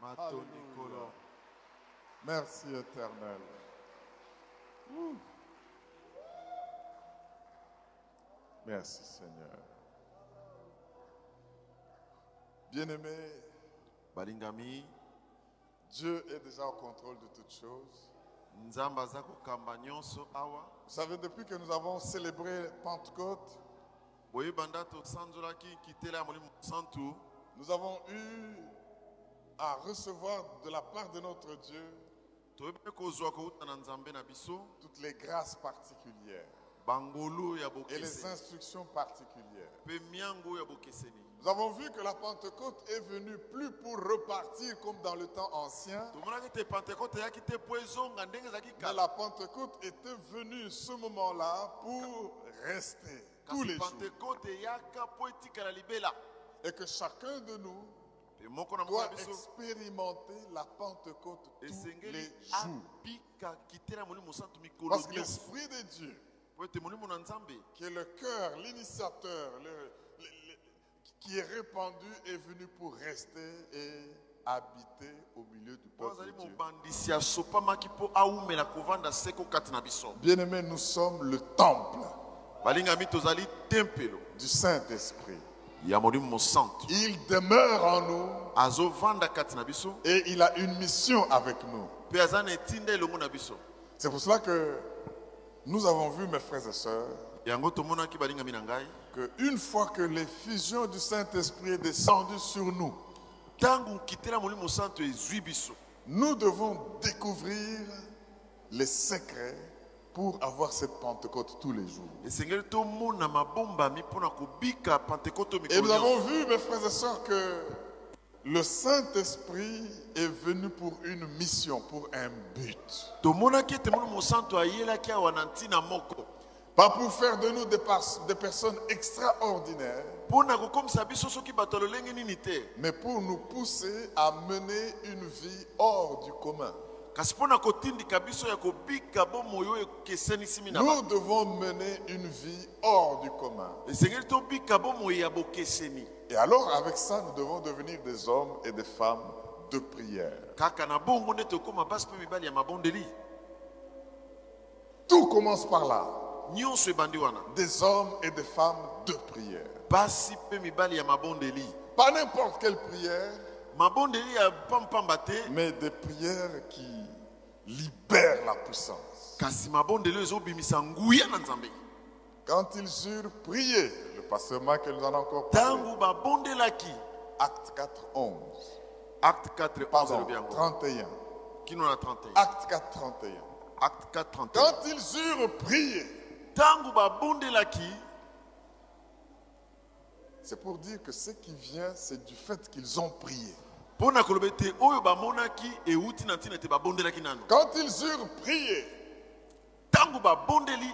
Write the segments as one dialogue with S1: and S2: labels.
S1: Mato
S2: Alléluia.
S1: Nicolo.
S2: Merci éternel. Ouh. Merci Seigneur. Bien-aimé,
S1: balingami
S2: Dieu est déjà au contrôle de toutes choses.
S1: nzambe aza kokamba nyonso awa
S2: Vous savez, depuis que nous avons célébré Pentecôte,
S1: boyeba nda tosanzolaki kitela ya molimo santu
S2: nous avons eu à recevoir de la part de notre Dieu
S1: toyebi kozwa kowuta na nzambe na biso
S2: toutes les grâces particulières
S1: bangolu ya
S2: et les
S1: bokeseni
S2: instructions particulières.
S1: mpe miango ya bokeseni
S2: Nous avons vu que la Pentecôte est venue plus pour repartir comme dans le temps ancien,
S1: tomonaki ete pentekote eyaki te mpo ezonga ndenge ezalaki
S2: mais
S1: kala
S2: la Pentecôte était venue ce moment-là pour rester tous
S1: kasi
S2: les jours.
S1: pentekote eyaka mpo etikala libela
S2: Et que chacun de nous
S1: mpe moko na moko
S2: doit
S1: na biso
S2: expérimenter la Pentecôte tous les
S1: esengeli
S2: jours.
S1: abika kitela molimo santu mikolo
S2: Parce que
S1: nyonso
S2: l'Esprit de Dieu,
S1: po ete molimo na nzambe
S2: qui est le cœur, l'initiateur, le- le- le- qui est répandu, est venu pour rester et habiter au milieu du
S1: mpo
S2: peuple de
S1: azali
S2: Dieu.
S1: mobandisi asopamaki mpo awumela kovanda seko kati na biso
S2: Bien-aimés, nous sommes le temple
S1: balingami tozali tempelo
S2: du Saint-Esprit.
S1: ya molimo mosantu
S2: Il demeure en nous
S1: azovanda kati na biso
S2: et il a une mission avec nous.
S1: mpe aza na etinda elongo na biso
S2: C'est pour cela que nous avons vu, mes frères et sœurs,
S1: yango tomonaki balingami na ngai
S2: qu'une fois que l'effusion du Saint-Esprit est descendue sur nous,
S1: ntango kitela molimo santu ezwi biso
S2: nous devons découvrir les secrets pour avoir cette Pentecôte tous les jours.
S1: esengeli tomona mabombami mpo na kobika pentekoto
S2: Et nous
S1: mikolo
S2: avons
S1: nyonso.
S2: vu, mes frères et sœurs, que le Saint-Esprit est venu pour une mission, pour un but.
S1: tomonaki ete molimo santu ayelaki awa na ntina moko
S2: Pas pour faire de nous des, pars- des personnes extraordinaires,
S1: mpo na kokomisa biso soki bato ya lolenge nini te
S2: mais pour nous pousser à mener une vie hors du commun.
S1: kasi mpo na kotindika biso ya kobika bomoi oyo ekesenisimi na
S2: Nous
S1: bato
S2: devons mener une vie hors du commun.
S1: esengeli tobika bomoi ya bokeseni
S2: Et alors, avec ça, nous devons devenir des hommes et des femmes de prière.
S1: kaka na bongo nde tokóma basi mpe mibali ya mabondeli
S2: Tout commence par là.
S1: nyonso ebandi wana
S2: Des hommes et des femmes de prière.
S1: basi mpe mibali ya mabondeli
S2: Pas n'importe quelle prière,
S1: mabondeli ya pampamba te
S2: mais des prières qui libèrent la puissance.
S1: kasi mabondeli oyo ezobimisa nguya na nzambe
S2: Quand ils eurent prié, le pasteur Marc nous en a encore parlé,
S1: ntango babondelaki
S2: acte 4, 11.
S1: acte 4 11
S2: Pardon,
S1: elobi yango
S2: 31.
S1: kino na 31
S2: Acte 4, 31.
S1: acte 4 31
S2: Quand ils eurent prié,
S1: ntango babondelaki
S2: c'est pour dire que ce qui vient, c'est du fait qu'ils ont prié.
S1: mpo na koloba ete oyo bamonaki ewuti na ntina ete babondelaki nano
S2: Quand ils eurent prié,
S1: ntango babondeli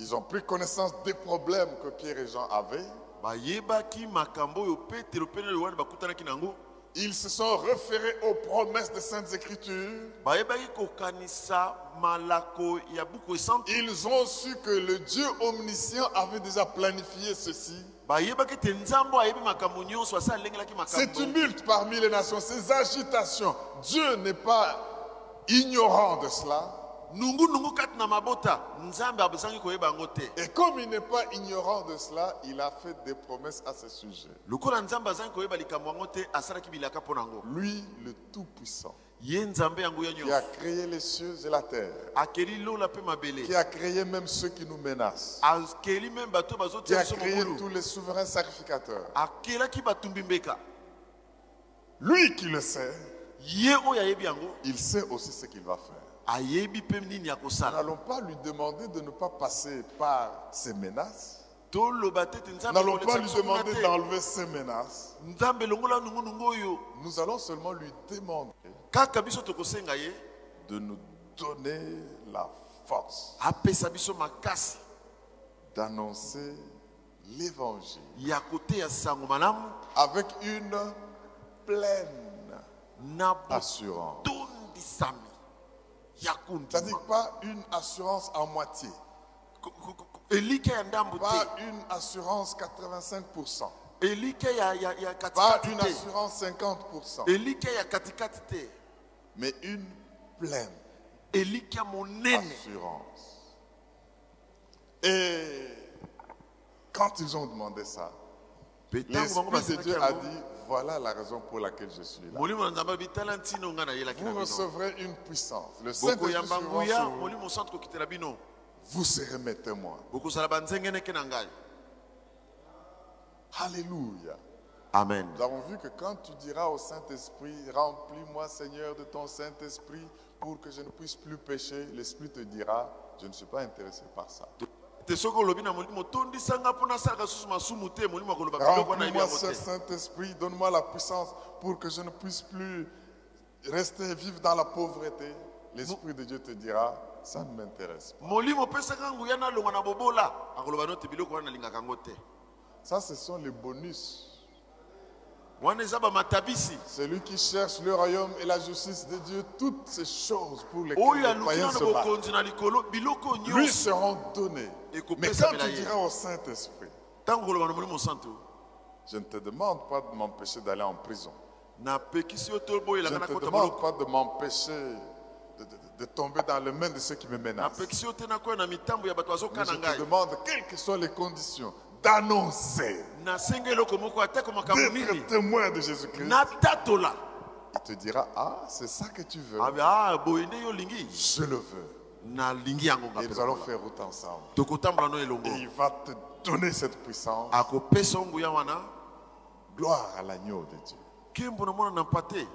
S2: ils ont pris connaissance des problèmes que Pierre et Jean avaient.
S1: bayebaki makambo oyo petero mpe na yohane bakutanaki nango
S2: Ils se sont référés aux promesses des Saintes Écritures.
S1: bayebaki kokanisa malako ya buku esantu
S2: Ils ont su que le Dieu omniscient avait déjà planifié ceci.
S1: bayebaki ete nzambe ayebi makambo nyonso asi alengelaki
S2: Ces
S1: makambo
S2: tumultes parmi les nations, ces agitations, Dieu n'est pas ignorant de cela.
S1: nungunungu kati na mabota nzambe abozangi koyeba yango te
S2: Et comme il n'est pas ignorant de cela, il a fait des promesses à ce sujet.
S1: lokola nzambe azangi koyeba likambo yango te asalaki bilaka mpo na yango
S2: Lui, le Tout-Puissant,
S1: ye nzambe yango ya
S2: qui a
S1: nyonso
S2: créé les cieux et la terre,
S1: akeli lola mpe
S2: qui
S1: mabele
S2: a créé même ceux qui nous menacent,
S1: akeli meme bato oyo
S2: qui
S1: bazotia
S2: a
S1: biso
S2: créé
S1: mobulu
S2: tous les souverains sacrificateurs.
S1: akelaki batumbi mbeka
S2: Lui qui le sait,
S1: ye oyo ayebi yango
S2: il sait aussi ce qu'il va faire.
S1: ayebi mpe nini
S2: Nous
S1: akosala
S2: n'allons pas lui demander de ne pas passer par ces menaces.
S1: toloba te ete
S2: Nous
S1: nzambe
S2: n'allons pas
S1: kolekisa
S2: lui
S1: biso kuna
S2: demander
S1: te.
S2: d'enlever ces menaces.
S1: nzambe longola nungunungu oyo
S2: Nous allons seulement lui demander
S1: kaka biso tokosenga ye
S2: de nous donner la force
S1: apesa biso makasi
S2: d'annoncer l'évangile
S1: ya koteya sango malamu
S2: avec une pleine
S1: na
S2: assurance.
S1: botondisami ya
S2: C'est-à-dire
S1: kondima
S2: pas une assurance à moitié,
S1: elika ya ndambo te
S2: pas une assurance 85%,
S1: elike ya, ya, ya
S2: Pas
S1: katikati
S2: une
S1: te
S2: assurance 50%,
S1: elike ya katikati te
S2: mais une pleine
S1: elike ya monene
S2: assurance. Et quand ils ont demandé ça,
S1: Ntango
S2: l'Esprit Ah, de
S1: bango basalaki
S2: Dieu a
S1: yango,
S2: dit, voilà la raison pour laquelle je suis là.
S1: molimo na nzambe abi tala ntina nga nayelaki na
S2: Vous
S1: bino
S2: recevrez une puissance. Le Saint-Esprit
S1: bokoyamba
S2: sera
S1: nguya
S2: sur vous.
S1: molimo centre kokitela bino
S2: Vous serez mes témoins.
S1: bokozala banzengeneke na ngai
S2: Alléluia.
S1: amen
S2: Nous avons vu que quand tu diras au Saint-Esprit, remplis-moi Seigneur de ton Saint-Esprit pour que je ne puisse plus pécher, l'Esprit te dira, je ne suis pas intéressé par ça.
S1: te soki olobi na molimo tondisanga mpo nasalaka susu masumu te molimo akoloba biloko wana yebi
S2: Remplis-moi
S1: yango
S2: ce
S1: te
S2: Saint-Esprit, donne-moi la puissance pour que je ne puisse plus rester vivre dans la pauvreté. L'Esprit de Dieu te dira, ça ne m'intéresse pas.
S1: molimo opesaka nguya nalongwa na bobola akoloba note biloko wana nalingaka yango te
S2: Ça, ce sont les bonus.
S1: wana eza bamatabisi
S2: Celui qui cherche le royaume et la justice de Dieu, toutes ces choses pour lesquelles
S1: oyo
S2: les
S1: aluki
S2: croyants
S1: nano
S2: se battent.
S1: bokonzi na likolo biloko
S2: lui
S1: nyonso
S2: seront donnés.
S1: Et coupé,
S2: Mais
S1: ça
S2: quand
S1: fait la
S2: tu diras au Saint-Esprit,
S1: ntango okoloba na molimo santo
S2: je ne te demande pas de m'empêcher d'aller en prison.
S1: napekisi yo
S2: Je
S1: toboyelaka
S2: ne
S1: na
S2: te
S1: kota boloko
S2: demande pas de m'empêcher de, de- de- de tomber dans les mains de ceux qui me menacent.
S1: napekisi yo te nakoya na mitambo ya bato
S2: Mais je
S1: bazokana
S2: te
S1: ngai
S2: demande, quelles que soient les conditions, d'annoncer,
S1: nasenga eloko moko atako makambo nini
S2: d'être témoin de Jésus-Christ.
S1: natatola
S2: Il te dira, ah, c'est ça que tu veux.
S1: abi ah boye nde yo olingi
S2: Je le veux.
S1: nalingi yango
S2: Et nous allons
S1: nga
S2: faire route ensemble.
S1: tokotambola no
S2: Et
S1: elongo
S2: il va te donner cette puissance.
S1: akopesa yo nguya wana
S2: Gloire à l'agneau de Dieu.
S1: nkembo na mwana na mpa te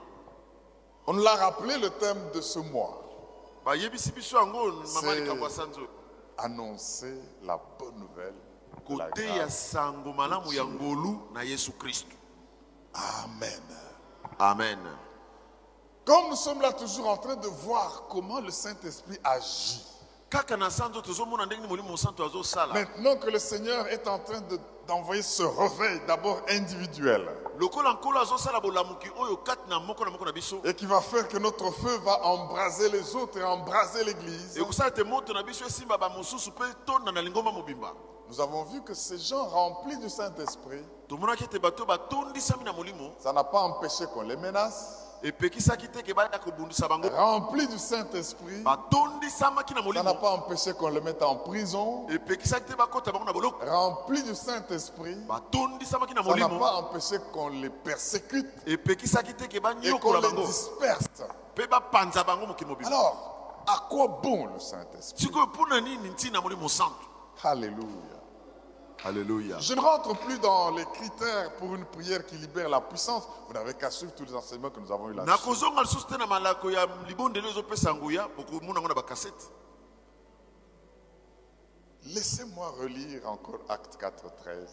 S2: On l'a rappelé le thème de ce mois.
S1: bayebisi biso yango mama
S2: C'est-
S1: likambo ya sanzo
S2: annoncer la bonne nouvelle. de la
S1: koteya
S2: grâce.
S1: sango malamu ya ngolu na yesu kristu
S2: Amen.
S1: amen
S2: Comme nous sommes là toujours en train de voir comment le Saint-Esprit agit,
S1: kaka na sanzo tozomona ndenge nini molimo santo azosala
S2: maintenant que le Seigneur est en train de- d'envoyer ce réveil d'abord individuel
S1: lokola nkolo azosala bolamuki oyo kati na moko na moko na biso
S2: et qui va faire que notre feu va embraser les autres et embraser l'Église,
S1: ekosala te moto na biso esimba bamosusu mpe tonda na lingomba mobimba
S2: nous avons vu que ces gens remplis du Saint-Esprit,
S1: tomonaki ete bato oyo batondisami na molimo
S2: ça n'a pas empêché qu'on les menace.
S1: epekisaki te ke baya kobundisa bango
S2: Remplis du Saint-Esprit,
S1: Bah, batondisamaki na
S2: ça n'a
S1: molimo
S2: pas empêché qu'on les mette en prison.
S1: epekisaki te bakota bango na boloko
S2: Remplis du Saint-Esprit,
S1: Bah, batondisamaki na
S2: Ça n'a
S1: molimo
S2: pas empêché qu'on les persécute
S1: epekisaki te ke
S2: et qu'on
S1: banyokola
S2: les
S1: bango
S2: disperse.
S1: mpe bapanza bango mokili mobimba
S2: Alors, à quoi bon le Saint-Esprit
S1: sikoyo mpo na nini ntina molimo santo
S2: Alléluia.
S1: alleluya
S2: Je ne rentre plus dans les critères pour une prière qui libère la puissance. Vous n'avez qu'à suivre tous les enseignements que nous avons eu là-dessus.
S1: nakozonga lisusu te na malako ya libondelo ezopesa nguya bokomona yango na bakasete
S2: Laissez-moi relire encore Acte 4, 13.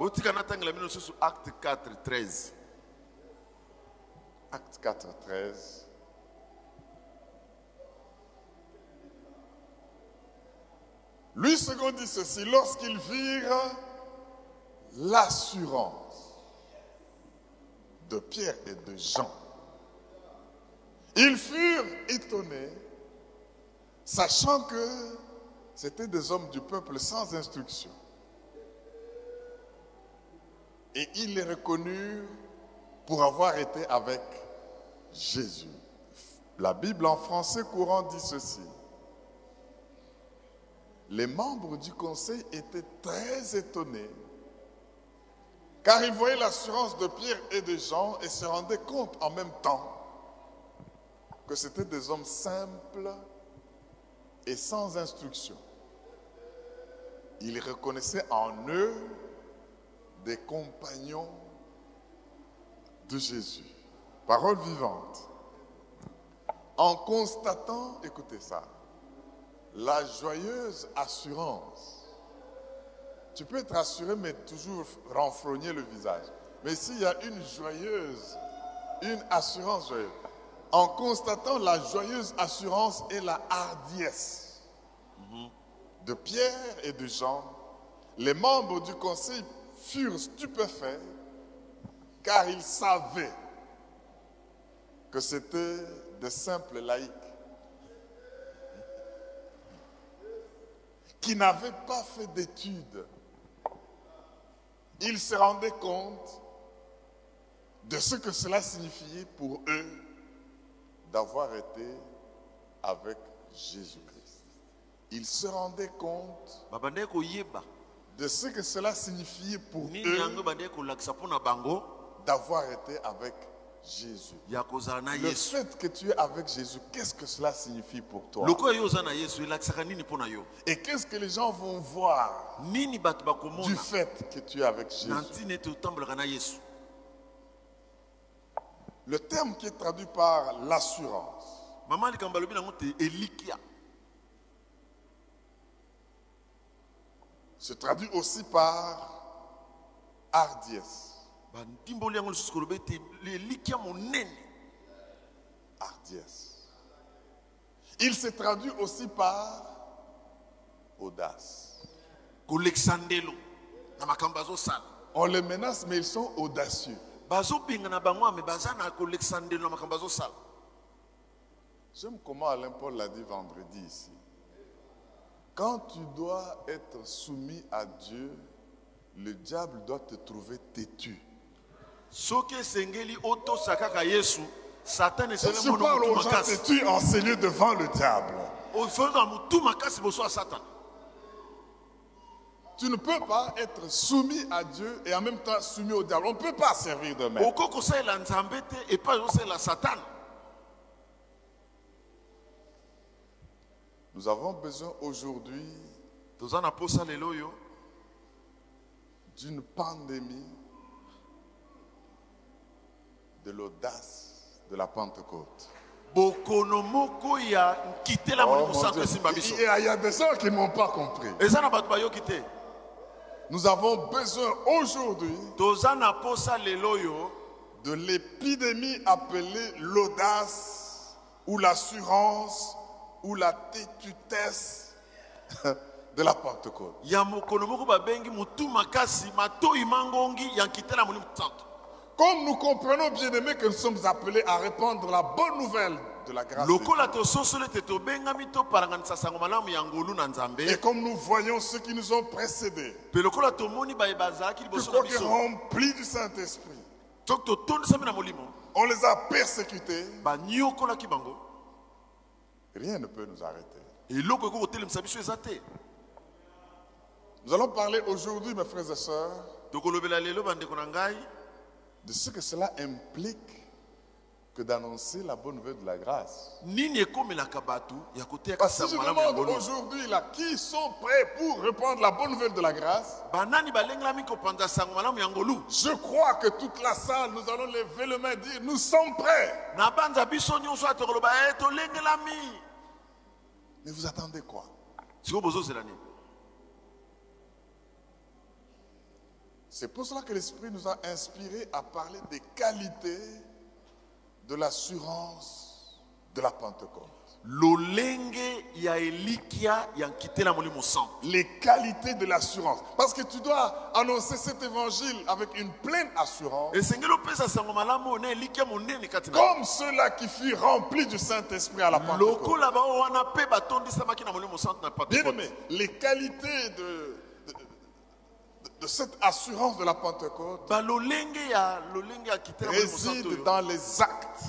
S1: botika natangela bino lisusu acte 4 13
S2: Acte 4, 13. Lui second dit ceci, lorsqu'ils virent l'assurance de Pierre et de Jean, ils furent étonnés, sachant que c'étaient des hommes du peuple sans instruction. Et ils les reconnurent pour avoir été avec Jésus. La Bible en français courant dit ceci. Les membres du conseil étaient très étonnés car ils voyaient l'assurance de Pierre et de Jean et se rendaient compte en même temps que c'étaient des hommes simples et sans instruction. Ils reconnaissaient en eux des compagnons de Jésus. Parole vivante. En constatant, écoutez ça, la joyeuse assurance. Tu peux être assuré, mais toujours renfrogner le visage. Mais s'il y a une joyeuse, une assurance joyeuse, en constatant la joyeuse assurance et la hardiesse de Pierre et de Jean, les membres du conseil furent stupéfaits car ils savaient que c'était des simples laïcs qui n'avaient pas fait d'études Ils se rendaient compte de ce que cela signifiait pour eux d'avoir été avec Jésus-Christ. Ils se rendaient compte
S1: babandaki koyeba
S2: de ce que cela signifiait pour
S1: nini yango
S2: eux
S1: bandaki kolakisa mpo na bango
S2: d'avoir été avec Jésus.
S1: ya kozala na
S2: Le
S1: yesu
S2: fait que tu es avec Jésus, qu'est-ce que cela signifie pour toi
S1: lokola yo oza na yesu elakisaka nini mpo na yo
S2: Et qu'est-ce que les gens vont voir
S1: nini bato
S2: du
S1: bakomona
S2: fait que tu es avec Jésus
S1: na ntina ete otambolaka na yesu
S2: Le terme qui est traduit par l'assurance,
S1: mama likambo alobi nango te elikya
S2: se traduit aussi par hardiesse.
S1: bandimboli yango lisusu koloba ete elikya monene
S2: Hardiesse. Il se traduit aussi par audace.
S1: kolekisa ndelo na makambo bazosala
S2: On les menace, mais ils sont audacieux.
S1: bazobenga na bango ame baza na kolekisa ndelo na makambo bazosala
S2: J'aime comment Alain Paul l'a dit vendredi ici. Quand tu dois être soumis à Dieu, le diable doit te trouver têtu.
S1: soki esengeli otosa kaka yesu satane esengeli
S2: Je
S1: mona
S2: parle
S1: motu
S2: aux gens
S1: makasi
S2: têtus en ces lieux devant le diable.
S1: ofanga motu makasi boso ya satana
S2: Tu ne peux pas être soumis à Dieu et en même temps soumis au diable. On ne peut pas servir de maître.
S1: okoki kosalela nzambe te epai ozosalela satana
S2: Nous avons besoin aujourd'hui
S1: toza na posa lelo oyo
S2: d'une pandémie de l'audace de la Pentecôte.
S1: bokono moko ya nkitela
S2: Oh,
S1: molimo
S2: mon
S1: santo
S2: Dieu.
S1: esimba biso
S2: Il y a- il y a des gens qui ne m'ont pas compris.
S1: eza na bato bayoki te
S2: Nous avons besoin aujourd'hui
S1: toza na posa lelo oyo
S2: de l'épidémie appelée l'audace ou l'assurance ou la tétutesse de la Pentecôte.
S1: ya mokolo moko babengi motu makasi matoi mangongi ya nkitela molimo santo
S2: Comme nous comprenons bien aimé que nous sommes appelés à répandre la bonne nouvelle de la grâce. de Dieu.
S1: lokola tososoli ete tobengami toparanganisa sango malamu ya ngolu na
S2: Et
S1: nzambe
S2: comme nous voyons ceux qui nous ont précédés,
S1: mpe lokola tomoni baye bazalaki
S2: tout
S1: liboso na
S2: crois qu'ils
S1: biso
S2: remplis du Saint-Esprit,
S1: soki totondisami na molimo
S2: on les a persécutés,
S1: banyokolaki bango
S2: rien ne peut nous arrêter.
S1: eloko ekoki kotelemisa biso eza te
S2: Nous allons parler aujourd'hui, mes frères et sœurs,
S1: tokolobela lelo bandeko na ngai
S2: de ce que cela implique que d'annoncer la bonne nouvelle de la grâce.
S1: nini ekomelaka bato ya koteyaka
S2: Parce que
S1: sango
S2: je
S1: malamu ya
S2: demande
S1: ngolu
S2: aujourd'hui là, qui sont prêts pour répandre la bonne nouvelle de la grâce
S1: banani balengelami kopanza sango malamu ya ngolu
S2: Je crois que toute la salle, nous allons lever le main et dire, nous sommes prêts.
S1: na banza biso nyonso ya tokoloba e tolengelami
S2: Mais vous attendez quoi
S1: sikoyo bozozela nini
S2: C'est pour cela que l'Esprit nous a inspirés à parler des qualités de l'assurance de la Pentecôte.
S1: lolenge ya elikya ya nkitela molimo sango
S2: Les qualités de l'assurance. Parce que tu dois annoncer cet évangile avec une pleine assurance,
S1: esengeli opesa sango malamu oyo na elikya monene kati na
S2: comme ceux-là qui furent remplis du Saint-Esprit à la Pentecôte.
S1: lokola bao wana mpe batondisamaki na molimo santo na
S2: Bien
S1: Pentecôte.
S2: aimé, les qualités de, de- de- de cette assurance de la Pentecôte
S1: balolenge ya lolenge ya kitela molimo santo
S2: résident
S1: oyo
S2: dans les actes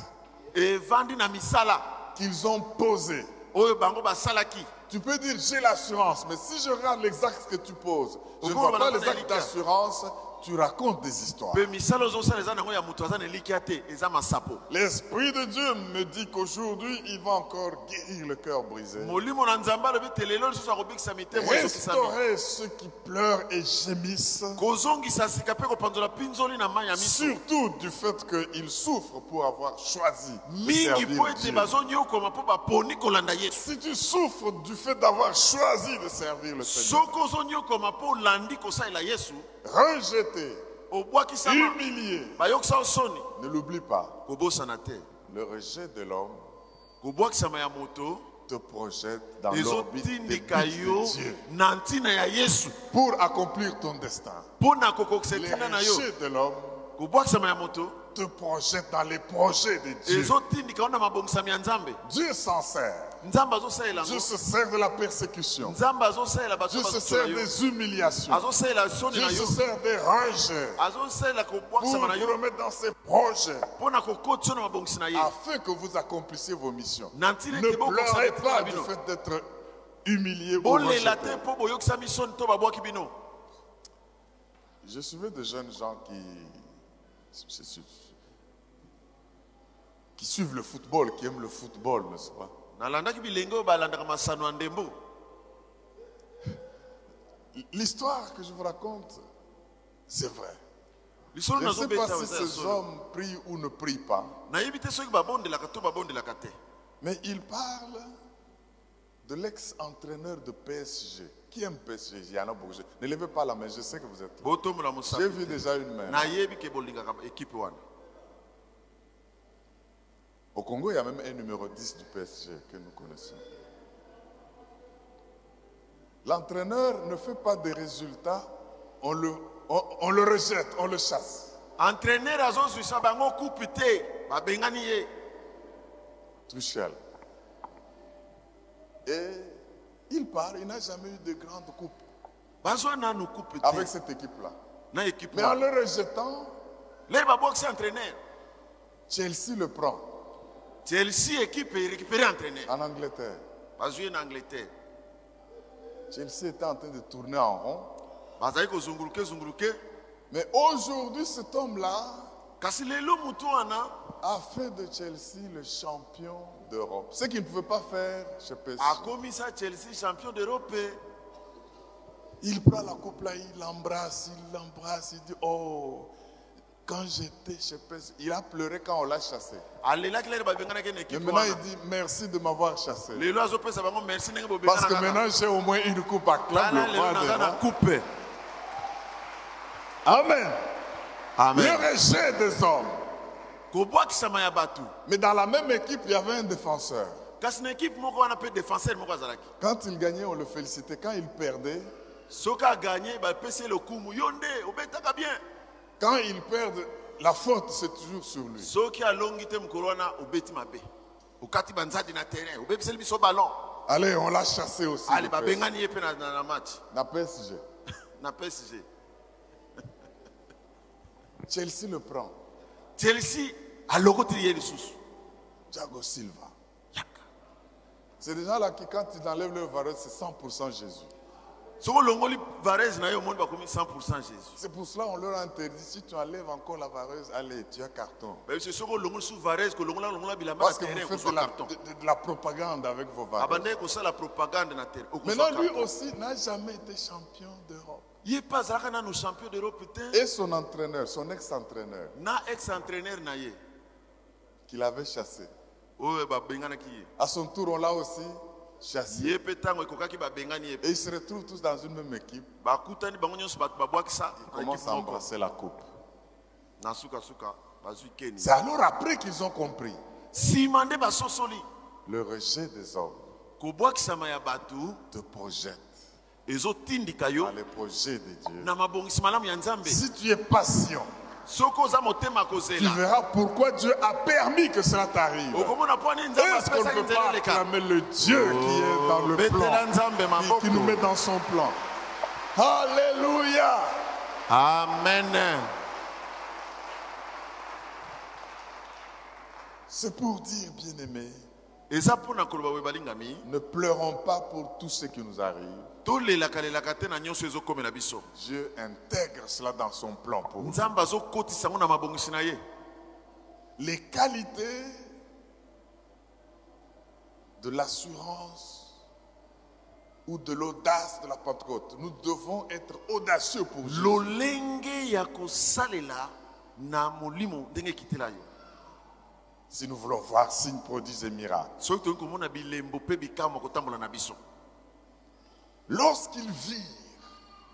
S1: evandi na misala
S2: qu'ils ont posés.
S1: oyo bango basalaki
S2: Tu peux dire j'ai l'assurance, mais si je regarde les actes que tu poses, je ne
S1: Au
S2: vois
S1: cours de
S2: pas les
S1: la
S2: actes
S1: Pentecôte.
S2: d'assurance, tu racontes des histoires.
S1: mpe misala ozosala eza nango ya moto aza na elikya te eza masapo
S2: L'Esprit de Dieu me dit qu'aujourd'hui, il va encore guérir le cœur brisé,
S1: molimo na nzambe alobi te lelo lisusu akobikisa mitemo ezokisami
S2: restaurer ceux qui pleurent et gémissent,
S1: kozongisa sika mpe kopanzola mpinzoli na mai ya miso
S2: surtout du fait qu'ils souffrent pour avoir choisi de
S1: mingi mpo
S2: servir
S1: ete
S2: Dieu.
S1: bazonyokoma mpo baponi kolanda yesu
S2: Si tu souffres du fait d'avoir choisi de servir le Seigneur,
S1: soki ozonyokoma mpo olandi kosalela yesu
S2: rejeté,
S1: obwakisama
S2: humilié,
S1: bayokisa yo soni
S2: ne l'oublie pas,
S1: kobosana te
S2: le rejet de l'homme
S1: kobwakisama ya moto
S2: te projette dans l'orbite des buts
S1: ezotindika yo
S2: de Dieu
S1: na ntina ya yesu
S2: pour accomplir ton destin.
S1: mpo na kokokisa
S2: Les
S1: ntina na yo
S2: péchés de l'homme
S1: kobwakisama ya moto
S2: te projette dans les projets de Dieu.
S1: ezotindika wana mabongisami ya nzambe
S2: Dieu s'en sert.
S1: nzambe azosalela
S2: Dieu
S1: yango
S2: se sert de la persécution.
S1: nzambe azosalela bato
S2: Dieu
S1: oyo
S2: se
S1: bazosola
S2: sert
S1: yo
S2: des humiliations.
S1: azosalela soni
S2: Dieu
S1: na
S2: se
S1: yo
S2: sert des rejets
S1: azosalela
S2: pour
S1: kobwakisama na
S2: vous
S1: yo
S2: remettre dans ses projets
S1: mpo na kokotisa na mabongisi na ye
S2: afin que vous accomplissiez vos missions.
S1: na ntina
S2: Ah, Ne
S1: ete bokokisa
S2: pleurez
S1: mituna
S2: pas
S1: na
S2: du
S1: bino
S2: fait d'être humilié ou
S1: bolela te
S2: rejeté.
S1: mpo boyokisami soni to babwaki bino
S2: Je suivais de jeunes gens qui, qui suivent le football, qui aiment le football, n'est-ce pas
S1: nalandaki bilenge oyo balandaka masano ya ndembo
S2: L'histoire que je vous raconte, c'est vrai.
S1: lisolo
S2: Je ne sais
S1: nazobeta
S2: pas
S1: oyo
S2: si
S1: eza ya
S2: ces
S1: solo.
S2: hommes prient ou ne prient pas,
S1: nayebi te soki babondelaka to babondelaka te
S2: mais ils parlent de l'ex-entraîneur de PSG. Qui aime PSG Il y en a beaucoup. Je- Ne levez pas la main, je sais que vous êtes là.
S1: botombola
S2: J'ai
S1: mosala
S2: vu déjà une mère.
S1: nayebi ke bolingaka ekipe wana
S2: Au Congo, il y a même un numéro 10 du PSG que nous connaissons. L'entraîneur ne fait pas des résultats, on le, on- on le rejette, on le chasse.
S1: entraîneur azozwisa bango kupi te babengani ye
S2: Tuchel. Et il part, il n'a jamais eu de grande coupe
S1: bazwa nanu kupi
S2: avec
S1: te
S2: cette équipe-là.
S1: na ekipe
S2: Mais en
S1: wana
S2: le rejetant,
S1: le babwakisi entraîneur
S2: Chelsea le prend
S1: chelsea ekipe erécupere entraîneur
S2: en Angleterre.
S1: bazwi ye na angleterre
S2: Chelsea était en train de tourner en rond.
S1: bazali kozunguluke zunguluke
S2: Mais aujourd'hui, cet homme-là
S1: kasi lelo motu wana
S2: a fait de Chelsea le champion d'Europe. Ce qu'il ne pouvait pas faire chez PSG.
S1: Ah. akomisa chelsea champion d'europe
S2: Il prend la coupe là, il l'embrasse, il l'embrasse, il dit Oh, quand j'étais chez PSG, il a pleuré quand on l'a chassé.
S1: alelaki lere babenganaki na
S2: Mais
S1: ekipe
S2: maintenant, il
S1: wana
S2: dit Merci de m'avoir chassé.
S1: lelo azopesa bango merci ndenge
S2: Parce que
S1: bobenganaka
S2: maintenant, j'ai au moins une coupe à clame
S1: tala
S2: le
S1: lelo
S2: roi des
S1: naza na
S2: rois.
S1: coupe
S2: Amen.
S1: amen
S2: Le rejet des hommes.
S1: kobwakisama ya bato
S2: Mais dans la même équipe, il y avait un défenseur.
S1: kasi na ekipe moko wana mpe défenseur moko azalaki
S2: Quand il gagnait, on le félicitait. Quand il perdait,
S1: soki aganye bapesi ye lokumu yo nde obetaka bien
S2: quand il perd, la faute, c'est toujours sur lui.
S1: soki alongi te mokolo wana obeti mabe okati banzadi na terrain obebiseli biso balon
S2: Allez, on l'a chassé aussi.
S1: ale
S2: du
S1: babengani ye mpe na- na na match
S2: PSG. La PSG.
S1: na psg
S2: Chelsea le prend.
S1: chelsea alokoteli ye lisusu
S2: Thiago Silva.
S1: Yaka.
S2: C'est des gens-là qui, quand ils enlèvent leur valeur, c'est 100% Jésus.
S1: soki olongoli varese na ye omoni bakomi 100 jésus
S2: C'est pour cela qu'on leur a interdit si tu enlèves encore la vareuse, allez, tu as carton.
S1: bayebisi soki olongoli su varese kolongola longola bilamba na
S2: Parce que vous Ah
S1: terrain
S2: faites de
S1: okozwa
S2: la,
S1: carton Ah, bah,
S2: de- de- de la propagande avec vos valeurs.
S1: abandaki kosala propagande na terrain okozwa
S2: Maintenant, lui
S1: carton
S2: aussi n'a jamais été champion d'Europe.
S1: ye mpe azalaka nano champion d'europe te
S2: Et son entraîneur, son ex-entraîneur,
S1: na ex entraîneur na ye
S2: qu'il avait chassé.
S1: oyo babenganaki ye
S2: À son tour, on l'a aussi chassé.
S1: ye mpe ntango ekokaki babengani ye
S2: Et ils se retrouvent tous dans une même équipe.
S1: bakutani bango nyonso bato babwakisa
S2: Ils
S1: na
S2: commencent
S1: ekipe
S2: à
S1: moko
S2: embrasser la coupe.
S1: na sukasuka bazwi keni
S2: C'est alors après qu'ils ont compris
S1: nsima nde basosoli
S2: le rejet des hommes
S1: kobwakisama ya bato
S2: te projette
S1: ezotindika
S2: dans
S1: yo
S2: les projets de Dieu.
S1: na mabongisi malamu ya nzambe
S2: Si tu es patient,
S1: soki oza motema
S2: tu
S1: kozela
S2: verras pourquoi Dieu a permis que cela t'arrive.
S1: okomona mpo ani nzambe
S2: Est-ce qu'on ne
S1: apesaki
S2: peut
S1: nzela
S2: pas
S1: eleka
S2: acclamer le Dieu qui est Oh. dans le
S1: Oh, betela
S2: plan,
S1: nzambe
S2: qui, qui nous met
S1: maboko
S2: dans son plan Alléluia
S1: amen
S2: C'est pour dire, bien-aimés,
S1: eza mpo na koloba boye balingami
S2: ne pleurons pas pour tout ce qui nous arrive.
S1: tolelaka lelaka te na nyonso ezokomela biso
S2: Dieu intègre cela dans son plan pour nous.
S1: nzambe azokotisa yango na mabongisi na ye
S2: les qualités de l'assurance ou de l'audace de la Pentecôte. Nous devons être audacieux pour Jésus.
S1: lolenge ya kosalela na molimo ndenge ekitela yo
S2: Si nous voulons voir signes, prodiges et miracles.
S1: soki tokoki komona bilembo mpe bikamwa kotambola na biso
S2: Lorsqu'ils virent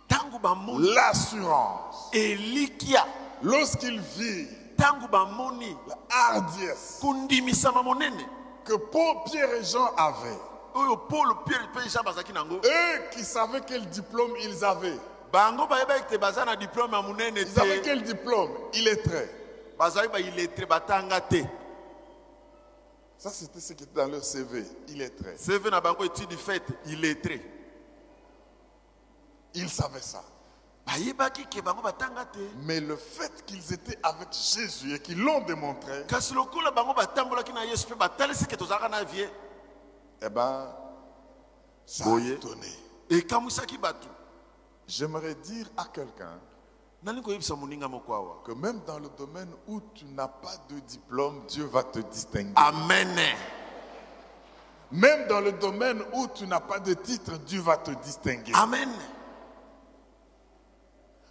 S1: ntango bamoni
S2: l'assurance,
S1: elikia
S2: lorsqu'ils virent
S1: ntango bamoni
S2: la hardiesse
S1: kondimisama monene
S2: que Paul, Pierre et Jean avaient,
S1: oyo paul pierre mpe jean bazalaki nango
S2: eux qui savaient quel diplôme ils avaient,
S1: bango bayebaki te baza na diplôme ya monene
S2: ils avaient
S1: te
S2: quel diplôme Il est très.
S1: bazali baillettré batanga te
S2: Ça, c'était ce qui était dans leur CV. Il est très.
S1: cv na bango étude faite illettré
S2: Ils savaient ça.
S1: bayebaki ke bango batanga te
S2: Mais le fait qu'ils étaient avec Jésus et qu'ils l'ont démontré,
S1: kasi lokola bango batambolaki na yesu mpe batalisi ke tozalaka na vie
S2: eh ben, ça a
S1: Boyer.
S2: étonné.
S1: ekamwisaki bato
S2: J'aimerais dire à quelqu'un
S1: nani koyebisa moninga moko awa
S2: que même dans le domaine où tu n'as pas de diplôme, Dieu va te distinguer.
S1: Ah. amen
S2: Même dans le domaine où tu n'as pas de titre, Dieu va te distinguer.
S1: amen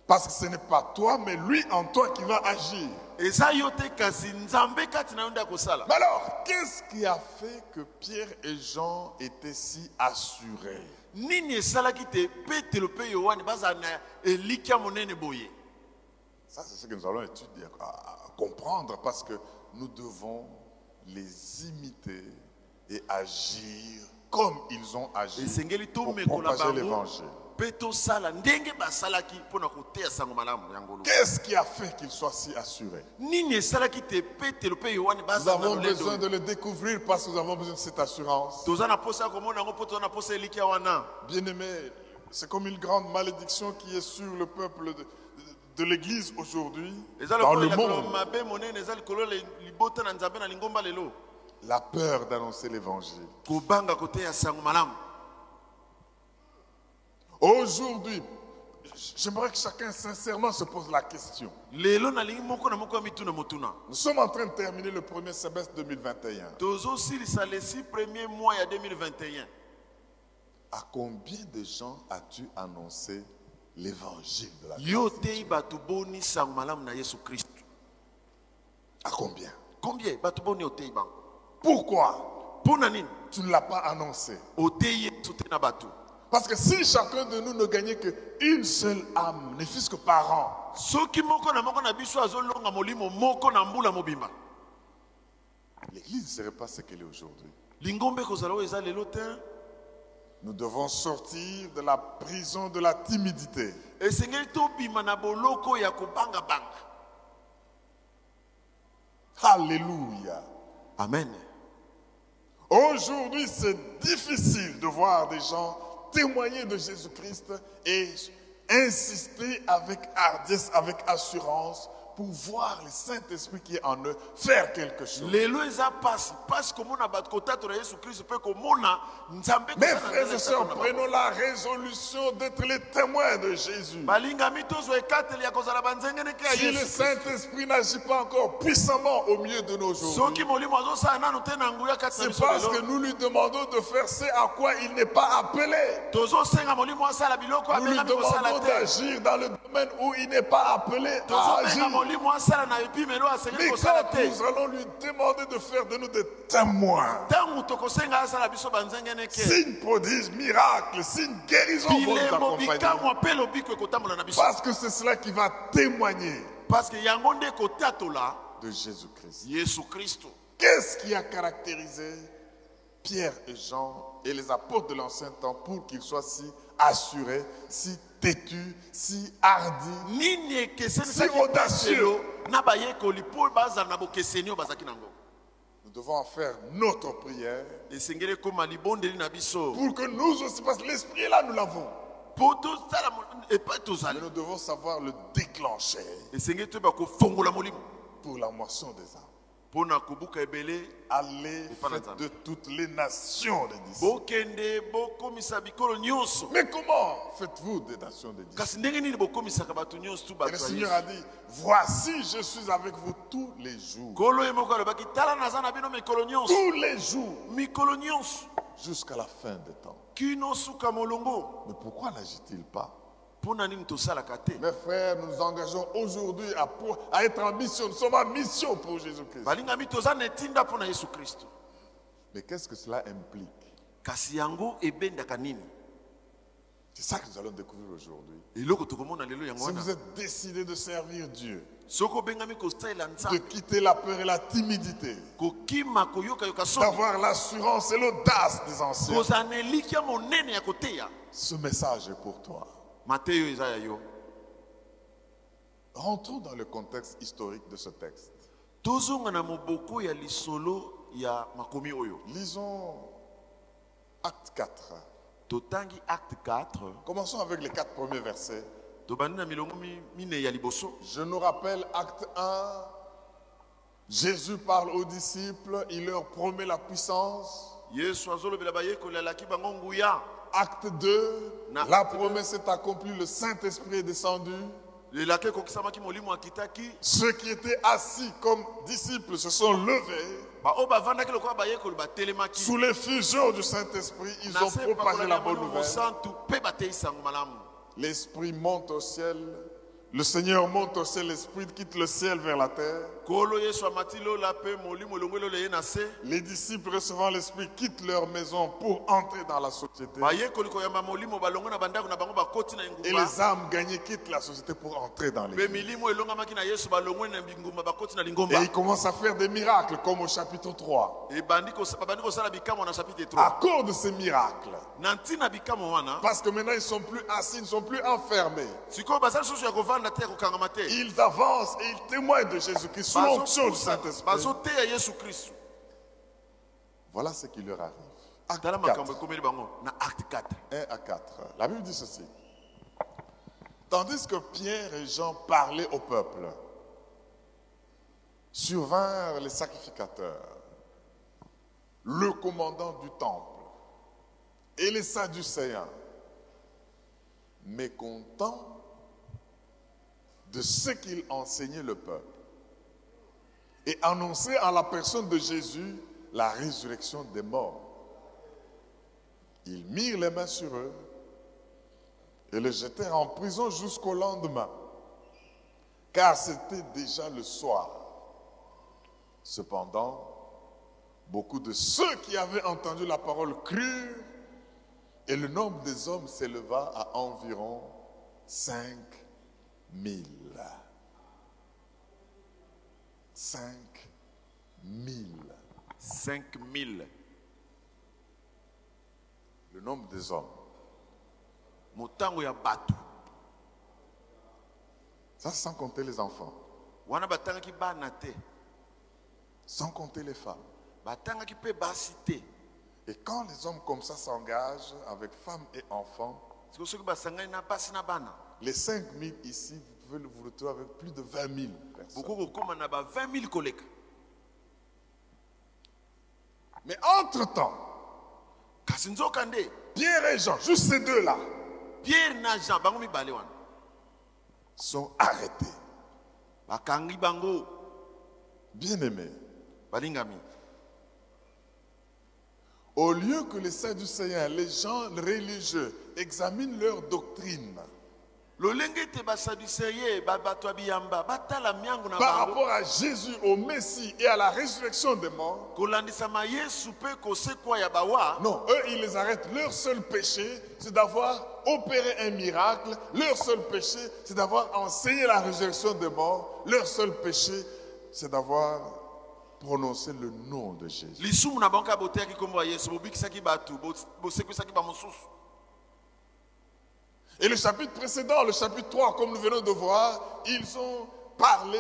S2: Parce que ce n'est pas toi, mais lui en toi qui va agir.
S1: eza yo te kasi nzambe kati na yo nde akosala
S2: Mais alors, qu'est-ce qui a fait que Pierre et Jean étaient si assurés
S1: nini esalaki te petelo mpe yohane bazala na elikya monene boye
S2: Ça, c'est ce que nous allons étudier, à, à comprendre, parce que nous devons les imiter et agir comme ils ont agi
S1: esengeli
S2: pour
S1: tomekola
S2: propager
S1: bango
S2: l'évangile.
S1: mpe tosala ndenge basalaki mpo na koteya sango malamu yango lo
S2: Qu'est-ce qui a fait qu'ils soient si assurés
S1: nini esalaki te petelo mpe yohane
S2: Nous
S1: bazala na
S2: avons
S1: lolendo
S2: besoin
S1: oyo?
S2: de le découvrir parce que nous avons besoin de cette assurance.
S1: toza na posa ya komona yango mpo toza na posa ya elikya wana
S2: Bien-aimés, c'est comme une grande malédiction qui est sur le peuple de, de l'Église aujourd'hui,
S1: eza
S2: dans le
S1: lokola
S2: monde.
S1: mabe monene eza likolo ya li- libota na nzambe na lingomba lelo
S2: La peur d'annoncer l'Évangile.
S1: kobanga koteya sango malamu
S2: Aujourd'hui, j'aimerais que chacun sincèrement se pose la question.
S1: lelo nalingi moko na moko ya mituna motuna
S2: Nous sommes en train de terminer le premier semestre 2021.
S1: tozosilisa lesi premier mois ya 2021
S2: À combien de gens as-tu annoncé l'évangile de la vie
S1: yo oteyi bato boni sango malamu na yesu kristu
S2: À combien
S1: combien bato boni oteyi bango
S2: Pourquoi
S1: mpo na nini
S2: tu ne l'as pas annoncé
S1: oteyi yesu te na bato
S2: Parce que si chacun de nous ne gagnait qu'une seule âme, ne fût-ce que par an,
S1: soki moko na moko na biso azolonga molimo moko na mbula mobimba
S2: l'Église ne serait pas ce qu'elle est aujourd'hui.
S1: lingombe ekozala oyo eza lelo te
S2: Nous devons sortir de la prison de la timidité.
S1: esengeli tobima na boloko ya kobangabanga
S2: Alléluia.
S1: amen
S2: Aujourd'hui, c'est difficile de voir des gens témoigner de Jésus-Christ et insister avec hardiesse, avec assurance, pour voir le Saint-Esprit qui est en eux faire quelque chose.
S1: lelo eza pasi pasi komona bato kotatola yesu kristu mpe komona nzambe
S2: Mes
S1: kozala na
S2: frères et sœurs,
S1: nzela ya sakona bango.
S2: prenons la résolution d'être les témoins de Jésus.
S1: balingami tozwa ekateli ya kozala banzengeneke ya
S2: Si le
S1: yesu
S2: Saint-Esprit n'agit pas encore puissamment au milieu de nos jours,
S1: soki molimo azosala nanu te na nguya kati na
S2: c'est
S1: biso
S2: parce que
S1: lelo
S2: nous lui demandons de faire ce à quoi il n'est pas appelé.
S1: tozosenga molimo asala biloko
S2: Nous lui
S1: abengami kosala
S2: demandons
S1: te
S2: d'agir dans le domaine où il n'est pas appelé à
S1: tozobenga
S2: agir.
S1: molimo asala na epimelo asengeli
S2: Mais
S1: kosala
S2: quand
S1: te
S2: nous allons lui demander de faire de nous des témoins,
S1: ntango tokosenga asala biso banzengeneke
S2: signes, prodiges, miracles, signes, guérisons vont nous
S1: bilembo
S2: accompagner.
S1: bikamwa mpe lobiko ekotambola na biso
S2: Parce que c'est cela qui va témoigner
S1: parceke yango nde ekotatola
S2: de Jésus-Christ.
S1: yesu kristu
S2: Qu'est-ce qui a caractérisé Pierre et Jean et les apôtres de l'Ancien Temps pour qu'ils soient si assurés, si têtus, si hardis
S1: nini
S2: Si audacieux.
S1: ekesenisakilo na bayekoli mpo bazala na bokeseni oyo bazalaki nango
S2: Nous devons en faire notre prière
S1: esengeli ekóma libondeli na biso
S2: pour que nous aussi, parce que l'esprit est là, nous l'avons.
S1: mpo tozala mo- epai
S2: Mais
S1: tozali
S2: nous devons savoir le déclencher
S1: esengeli toyeba kofongola molimo
S2: pour la moisson des âmes.
S1: mpo na kobuka ebele
S2: Allez,
S1: pas dans
S2: faites
S1: âme.
S2: de toutes les nations des disciples.
S1: bokende bokomisa bikolo nyonso
S2: Mais comment faites-vous des nations des disciples
S1: kasi ndenge nini bokomisaka bato nyonso tu
S2: Et Eh, le
S1: bato ya
S2: Seigneur
S1: Yesu?
S2: a dit, voici, je suis avec vous tous les jours.
S1: nkolo ye moko alobaki tala naza na bino mikolo nyonso
S2: Tous les jours,
S1: mikolo nyonso
S2: jusqu'à la fin des temps.
S1: kino suka molongo
S2: Mais pourquoi n'agit-il pas
S1: mpo na nini tosalaka te
S2: Mes frères, nous nous engageons aujourd'hui à, pour- à être en mission. Nous sommes en mission pour Jésus-Christ.
S1: balingami toza na etinda mpo na yesu kristo
S2: Mais qu'est-ce que cela implique
S1: kasi yango ebendaka nini
S2: C'est ça que nous allons découvrir aujourd'hui.
S1: eloko tokomona lelo yango
S2: Si vous
S1: wana
S2: êtes décidé de servir Dieu,
S1: soki obengami kosalela
S2: de
S1: nzambe
S2: quitter la peur et la timidité,
S1: kokima koyokayoka soki
S2: d'avoir l'assurance et l'audace des anciens.
S1: kozala na elikya monene ya koteya
S2: Ce message est pour toi.
S1: mateyo eza ya yo
S2: Rentrons dans le contexte historique de ce texte.
S1: tozonga na moboko ya lisolo ya makomi oyo
S2: Lisons Acte 4.
S1: totangi acte 4
S2: Commençons avec les quatre premiers versets.
S1: tobandi na milongo mi- mine ya liboso
S2: Je nous rappelle Acte 1. Jésus parle aux disciples, il leur promet la puissance.
S1: yesu azolobela bayekoli alaki bango nguya
S2: Acte 2,
S1: Na-
S2: la promesse est accomplie, le Saint-Esprit est descendu.
S1: elaki ekokisamaki molimo akitaki
S2: Ceux qui étaient assis comme disciples se sont levés.
S1: baoyo bavandaki lokola bayekoli batelemaki
S2: Sous les fuseurs du Saint-Esprit, ils ont
S1: na se
S2: propagé
S1: pakola
S2: la
S1: ya
S2: bonne
S1: molimo
S2: nouvelle.
S1: mosantu mpe bateisa yango malamu
S2: L'Esprit monte au ciel. Le Seigneur monte au ciel. L'Esprit quitte le ciel vers la terre.
S1: nkolo yesu amati lola mpe molimo elongweli olo ye na se
S2: Les disciples recevant l'Esprit quittent leur maison pour entrer dans la société.
S1: bayekoli koyamba molimo balongo na bandako na bango bakoti na
S2: Et
S1: engumba
S2: les âmes gagnées quittent la société pour entrer dans
S1: mpe
S2: l'Église.
S1: milimo elongamaki na yesu balongwe na bingumba bakoti na
S2: Et
S1: lingomba
S2: ils commencent à faire des miracles, comme au chapitre 3.
S1: ebandi kosa- babandi kosala bikamwa na chapitre 3
S2: À cause de ces miracles,
S1: na ntina bikamwa wana
S2: parce que maintenant ils ne sont plus assis, ils ne sont plus enfermés.
S1: sikoyo baza lisusu ya kovanda te ya kokangama te
S2: Ils avancent et ils témoignent de Jésus-Christ sous
S1: Bazo-
S2: l'onction du Saint-Esprit.
S1: bazoteya yesu kristu
S2: Voilà ce qui leur arrive. Acte
S1: tala makambo
S2: 4,
S1: ekomeli bango na acte 4
S2: 1 à 4. La Bible dit ceci. Tandis que Pierre et Jean parlaient au peuple, survinrent les sacrificateurs, le commandant du temple et les Sadducéens, mécontents de ce qu'ils enseignaient le peuple, et annonçaient en la personne de Jésus la résurrection des morts. Ils mirent les mains sur eux et les jetèrent en prison jusqu'au lendemain, car c'était déjà le soir. Cependant, beaucoup de ceux qui avaient entendu la parole crurent, et le nombre des hommes s'éleva à environ 5 000. 5 000.
S1: 5000
S2: Le nombre des hommes.
S1: motango ya bato
S2: Ça, sans compter les enfants,
S1: wana batangaki bana te
S2: sans compter les femmes.
S1: batangaki mpe basi te
S2: Et quand les hommes comme ça s'engagent avec femmes et enfants,
S1: sikoyo soki basangani na basi na bana
S2: les 5 000 ici, vous pouvez vous retrouver avec plus de 20 000 personnes.
S1: bokoki kokóma na ba 20 000 koleka
S2: Mais entre-temps,
S1: kasi nzoka nde
S2: Pierre et Jean, juste ces deux-là,
S1: pierre na jean bango mibale wana
S2: sont arrêtés.
S1: bakangi bango
S2: Bien-aimés,
S1: balingami
S2: au lieu que les Sadducéens, les gens religieux, examinent leur doctrine
S1: lolenge ete basaduseye ba- bato ya biyamba batala miango na
S2: par
S1: bango
S2: rapport à Jésus, au Messie et à la résurrection des morts,
S1: kolandisama yesu mpe kosekwa ya bawa
S2: Non, eux, ils les arrêtent. Leur seul péché, c'est d'avoir opéré un miracle. Leur seul péché, c'est d'avoir enseigné la résurrection des morts. Leur seul péché, c'est d'avoir prononcé le nom de Jésus.
S1: lisumu na bango kaka boteyaki nkombo ya yesu bobikisaki bato bo- bosekwisaki bamosusu
S2: Et le chapitre précédent, le chapitre 3, comme nous venons de voir, ils ont parlé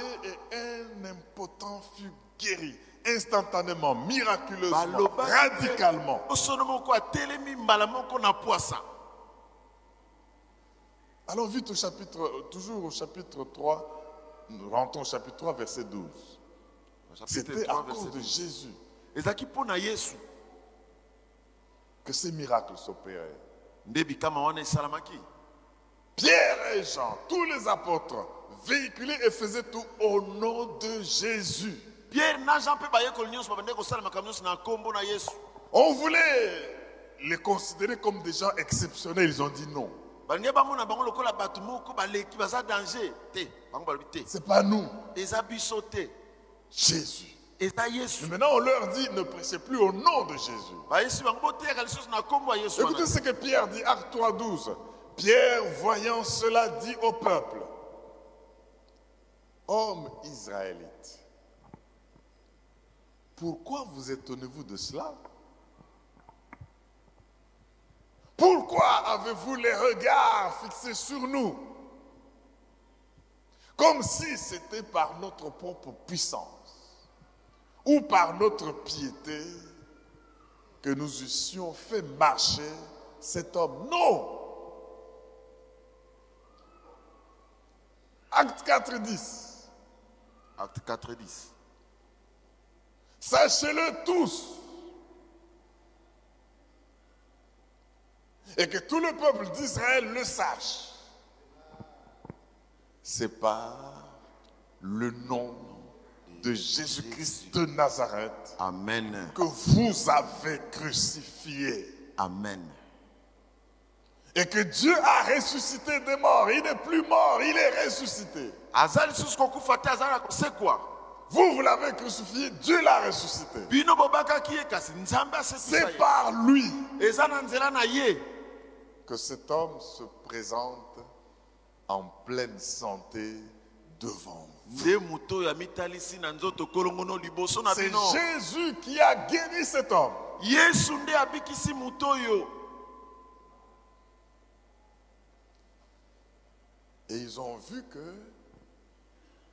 S2: et un impotent fut guéri instantanément, miraculeusement,
S1: Balobaki te.
S2: radicalement.
S1: osono moko atelemi mbala moko na pwasa
S2: Allons vite au chapitre, toujours au chapitre 3, nous rentrons au chapitre 3, verset 12. C'était à cause de Jésus
S1: ezalaki mpo na yesu
S2: que ces miracles s'opéraient.
S1: nde bikama wana esalamaki
S2: Pierre et Jean, tous les apôtres, véhiculaient et faisaient tout au nom de Jésus.
S1: pierre na jean mpe bayekoli nyonso babandaki kosala makambo nyonso na nkombo na yesu
S2: On voulait les considérer comme des gens exceptionnels. Ils ont dit non.
S1: balingi bamona bango lokola bato moko baleki baza danger te bango balobi te
S2: C'est pas nous,
S1: eza biso te
S2: Jésus.
S1: eza
S2: Mais
S1: yesu
S2: maintenant, on leur dit ne prêchez plus au nom de Jésus.
S1: bayesi bango boteyaka lisusu na nkombo ya yesu
S2: Écoutez
S1: wana
S2: ce que Pierre dit, Acte 3, 12. Pierre, voyant cela, dit au peuple, Hommes israélites, pourquoi vous étonnez-vous de cela Pourquoi avez-vous les regards fixés sur nous Comme si c'était par notre propre puissance ou par notre piété que nous eussions fait marcher cet homme. Non Acte 4, 10.
S1: Acte 4 et 10.
S2: Sachez-le tous. Et que tout le peuple d'Israël le sache. C'est par le nom de Jésus-Christ de Nazareth
S1: Amen.
S2: que vous avez crucifié
S1: Amen.
S2: et que Dieu a ressuscité des morts. Il n'est plus mort, il est ressuscité.
S1: aza lisusu kokufa te aza na kosekwa
S2: Vous, vous l'avez crucifié, Dieu l'a ressuscité.
S1: bino bobakaki ye kasi nzambe asekisa
S2: C'est
S1: ye
S2: par lui
S1: eza na nzela na ye
S2: que cet homme se présente en pleine santé devant vous.
S1: nde moto oyo amitalisi na nzoto kolongono liboso na
S2: C'est
S1: bino
S2: Jésus qui a guéri cet homme.
S1: yesu nde abikisi moto oyo
S2: Et ils ont vu que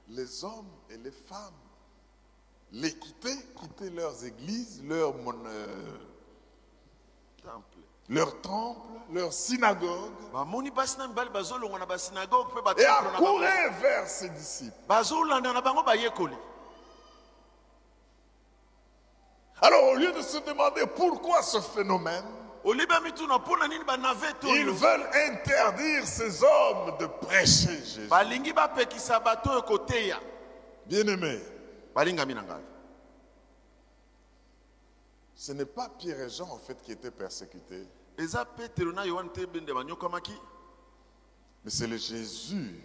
S2: les hommes et les femmes les quittaient, quittaient leurs églises, leurs, mon- euh,
S1: Temple.
S2: leurs temples, leurs synagogues,
S1: bamoni basi na mibali bazolongwa na basinagoge mpe
S2: et
S1: batemple na bango.
S2: accouraient vers ses disciples.
S1: bazolanda na bango bayekoli
S2: Alors au lieu de se demander pourquoi ce phénomène,
S1: oliba mituna mpo na nini banavete
S2: ils
S1: oyo
S2: veulent interdire ces hommes de prêcher Jésus.
S1: balingi bapekisa bato oyo koteya
S2: Bien-aimés,
S1: balingami na ngai
S2: ce n'est pas Pierre et Jean en fait qui étaient persécutés,
S1: eza petero na yohane te bende banyokamaki
S2: mais c'est le Jésus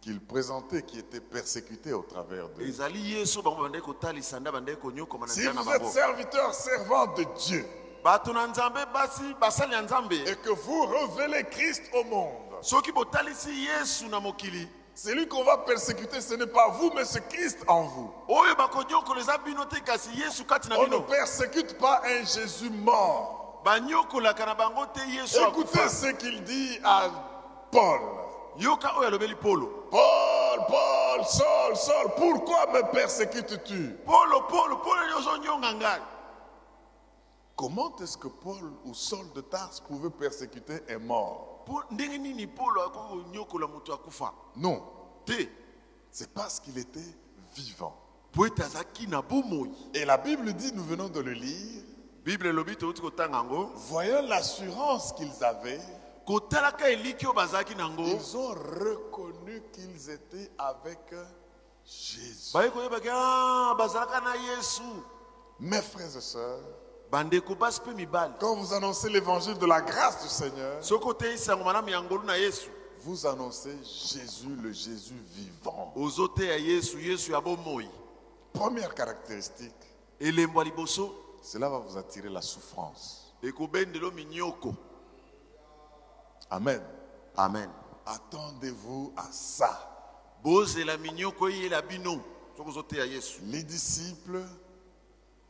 S2: qu'ils présentaient qui était persécuté au travers d'eux.
S1: ezali yesu bango bandeki kotalisa nde bandeki konyokoma na
S2: Si
S1: nzela na
S2: vous êtes
S1: bango
S2: serviteur, servant de Dieu,
S1: bato na nzambe basi basali ya nzambe
S2: et que vous révélez Christ au monde,
S1: soki botalisi yesu na mokili
S2: celui qu'on va persécuter, ce n'est pas vous, mais c'est Christ en vous.
S1: oyo bakonyokola eza bino te kasi yesu kati na
S2: On ne
S1: bino
S2: persécute pas un Jésus mort.
S1: banyokolaka na bango te yesu
S2: Écoutez
S1: akufa.
S2: ce qu'il dit à Paul.
S1: yoka oyo alobeli polo
S2: Paul, Paul, Saul, Saul, pourquoi me persécutes-tu
S1: polo polo polo eli ozonyonga ngai
S2: Comment est-ce que Paul ou Saul de Tarse pouvait persécuter un mort
S1: Po- ndenge nini polo akoki konyokola moto akufa
S2: Non,
S1: te
S2: c'est parce qu'il était vivant.
S1: po ete azalaki na bomoi
S2: Et la Bible dit, nous venons de le lire,
S1: bible elobi touti kotanga yango
S2: voyant l'assurance qu'ils avaient,
S1: kotalaka eliki oyo bazalaki nango
S2: ils ont reconnu qu'ils étaient avec Jésus.
S1: baye koyebaki "Ah, bazalaka na yesu
S2: Mes frères et sœurs,
S1: bandeko basi mpe mibali
S2: quand vous annoncez l'évangile de la grâce du Seigneur,
S1: soki oteyisango malamu ya ngolu na yesu
S2: vous annoncez Jésus, le Jésus vivant.
S1: ozoteya yesu yesu ya bomoi
S2: Première caractéristique,
S1: elembo ya liboso
S2: cela va vous attirer la souffrance.
S1: ekobendela minyoko
S2: Amen.
S1: amen
S2: Attendez-vous à ça.
S1: bozela minyoko eyela bino soki ozoteya yesu
S2: Les disciples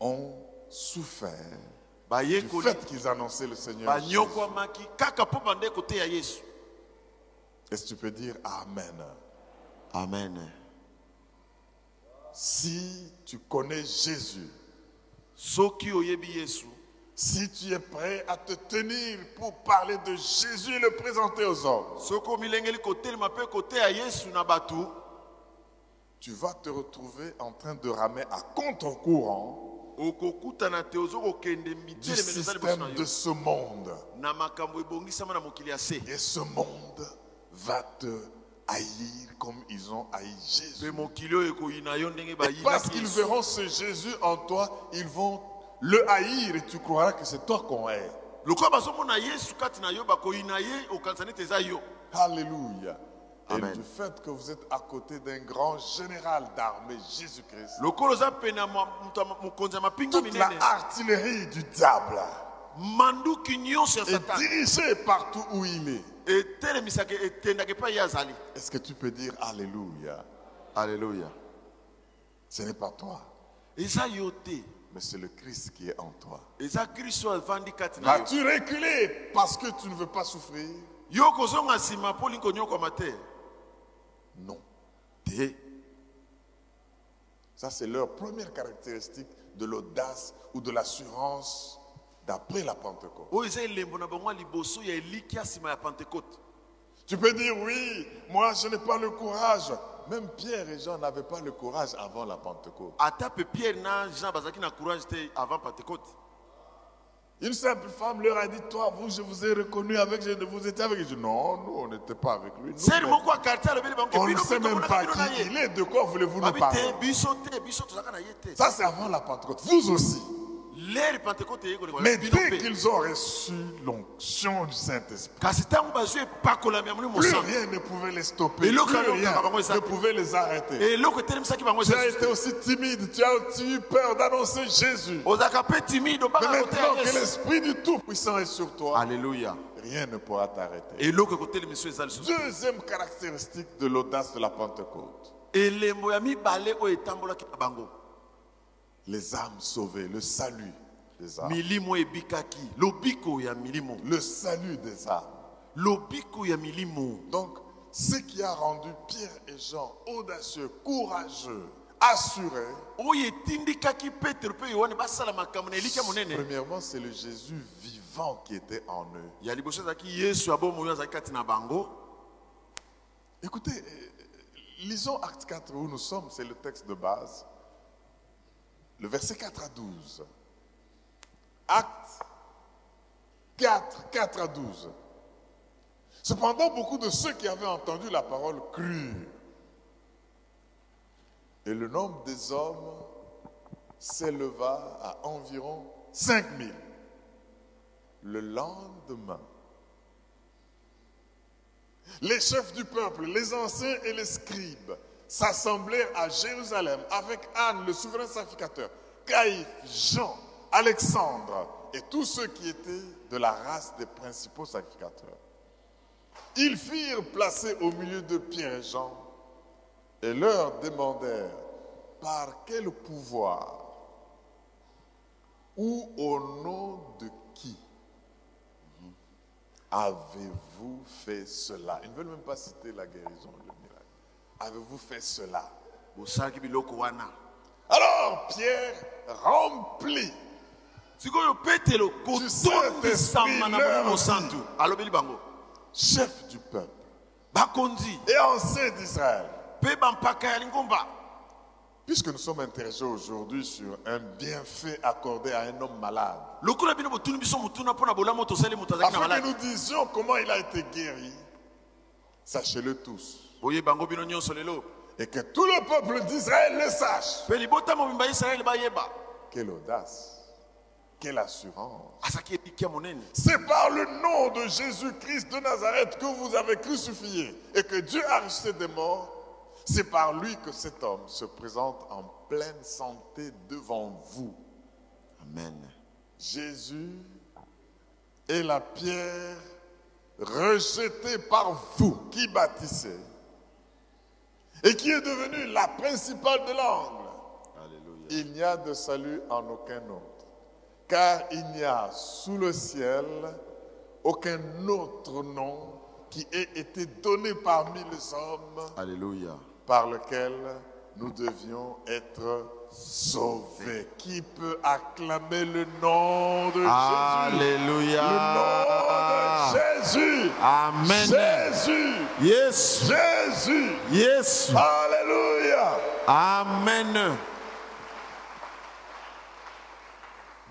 S2: ont souffert du
S1: bayekoli
S2: fait qu'ils annonçaient le Seigneur. Jésus.
S1: banyokwamaki kaka mpo bande koteya yesu
S2: Est-ce que tu peux dire Amen
S1: amen
S2: Si tu connais Jésus,
S1: soki oyebi yesu
S2: si tu es prêt à te tenir pour parler de Jésus et le présenter aux hommes,
S1: soki omilengeli kotelema mpe koteya yesu na bato
S2: tu vas te retrouver en train de ramer à contre-courant
S1: okokutana te ozokokende
S2: du
S1: mitelemelo eza liboso na
S2: système de
S1: yo
S2: ce monde.
S1: na makambo ebongisama na mokili ya se
S2: Et ce monde va te haïr comme ils ont haï Jésus.
S1: mpe mokili oyo ekoyina yo ndenge
S2: Parce qu'ils
S1: bayinaki
S2: verront ce Jésus en toi, ils vont le haïr et tu croiras que c'est toi qu'on hait.
S1: lokola bazomona yesu kati na yo bakoyina ye okanisa nete eza yo
S2: Alléluia.
S1: Amen.
S2: Et du fait que vous êtes à côté d'un grand général d'armée, Jésus-Christ,
S1: lokola oza pene ya mwa- moto ya mo- mokonzi ya mapinga
S2: toute la
S1: minene
S2: artillerie du diable
S1: manduki nyonso ya
S2: est
S1: satana
S2: dirigée partout où il est.
S1: etelemisaka etendaka epai ye azali
S2: Est-ce que tu peux dire Alléluia
S1: alleluya
S2: Ce n'est pas toi,
S1: eza yo te
S2: mais c'est le Christ qui est en toi.
S1: eza kristo avandi kati na yo
S2: Vas-tu reculer parce que tu ne veux pas souffrir
S1: yo kozonga nsima mpo lingi konyokwama te
S2: Non.
S1: te
S2: Ça, c'est leur première caractéristique de l'audace ou de l'assurance d'après la Pentecôte.
S1: oyo eza elembo na bango ya liboso ya eliki ya nsima ya pentecôte
S2: Tu peux dire, oui, moi, je n'ai pas le courage. Même Pierre et Jean n'avaient pas le courage avant la Pentecôte.
S1: ata mpe pierre na jean bazalaki na courage te avant pentecôte
S2: Une simple femme leur a dit, toi, vous, je vous ai reconnu avec, je, vous étiez avec. Je dis, non, nous, on n'était pas avec lui. Nous,
S1: sere
S2: mais
S1: moko akartier alobeli bango
S2: on
S1: ke
S2: ne
S1: bino
S2: sait même
S1: tomonaka
S2: pas
S1: bino na
S2: qui
S1: ye
S2: il est, de quoi voulez-vous nous
S1: babi
S2: parler
S1: te biso te biso tozalaka na ye te
S2: Ça, c'est avant la Pentecôte. Vous aussi.
S1: lere pentecôte eye
S2: Mais
S1: koleka bino
S2: dès
S1: mpe
S2: qu'ils ont reçu l'onction du Saint-Esprit,
S1: kasi ntango bazwi epakolami ya moni
S2: plus
S1: mosantu
S2: rien ne pouvait les stopper,
S1: Et le
S2: plus
S1: camion
S2: rien
S1: qui a vraiment
S2: ne
S1: zappé.
S2: pouvait les arrêter.
S1: eloko etelemisaki bango
S2: Tu as
S1: eza-
S2: été aussi timide, tu as tu as eu peur d'annoncer Jésus.
S1: ozalaka mpe timide
S2: Mais
S1: obanga koteya
S2: maintenant que
S1: yesu
S2: l'Esprit du Tout-Puissant est sur toi,
S1: alleluya
S2: rien ne pourra t'arrêter.
S1: eloko ekotelemiso eza lisusu
S2: Deuxième caractéristique de l'audace de la Pentecôte,
S1: elembo ya mibale oyo etambolaki na bango
S2: les âmes sauvées, le salut des âmes.
S1: milimo ebikaki lobiko ya milimo
S2: Le salut des âmes.
S1: lobiko ya milimo
S2: Donc, ce qui a rendu Pierre et Jean audacieux, courageux, assurés,
S1: oyo etindikaki petero mpe yohane basala makambo na elika monene
S2: Premièrement, c'est le Jésus vivant qui était en eux.
S1: ya liboso ezalaki yesu ya bomoi oyo azalaki kati na bango
S2: Écoutez, euh, lisons Acte 4 où nous sommes, c'est le texte de base. Le verset 4 à 12. Acte 4, 4 à 12. Cependant, beaucoup de ceux qui avaient entendu la parole crurent. Et le nombre des hommes s'éleva à environ 5000. Le lendemain, Les chefs du peuple, les anciens et les scribes s'assemblèrent à Jérusalem avec Anne, le souverain sacrificateur, Caïphe, Jean, Alexandre et tous ceux qui étaient de la race des principaux sacrificateurs. Ils firent placer au milieu de Pierre et Jean et leur demandèrent par quel pouvoir ou au nom de qui Avez-vous fait cela Ils ne veulent même pas citer la guérison, le miracle. Avez-vous fait cela
S1: bosalaki biloko wana
S2: Alors Pierre, rempli
S1: sikoyo petero kotondisama na molimo mosantu alobeli bango
S2: chef du peuple
S1: bakonzi
S2: et ancien d'Israël,
S1: mpe bampaka ya lingomba
S2: puisque nous sommes interrogés aujourd'hui sur un bienfait accordé à un homme malade,
S1: lokola bino botuni biso motuna mpo na bolamu oyo tosali moto azalaki na
S2: afin que
S1: maladi
S2: nous disions comment il a été guéri, sachez-le tous,
S1: boyeba yango bino nyonso lelo
S2: et que tout le peuple d'Israël le sache.
S1: mpe libota mobimba ya israele bayeba
S2: Quelle audace, quelle assurance.
S1: azalaki eliki ya monene
S2: C'est par le nom de Jésus-Christ de Nazareth que vous avez crucifié et que Dieu a ressuscité des morts. C'est par lui que cet homme se présente en pleine santé devant vous.
S1: amen
S2: Jésus est la pierre rejetée par vous qui bâtissez et qui est devenue la principale de l'angle.
S1: alléluia
S2: Il n'y a de salut en aucun autre, car il n'y a sous le ciel aucun autre nom qui ait été donné parmi les hommes
S1: alléluia
S2: par lequel nous devions être sauvés. Qui peut acclamer le nom de Jésus Le nom
S1: alléluia
S2: de Jésus
S1: amen
S2: Jésus
S1: yes
S2: Jésus
S1: yes
S2: Alléluia
S1: amen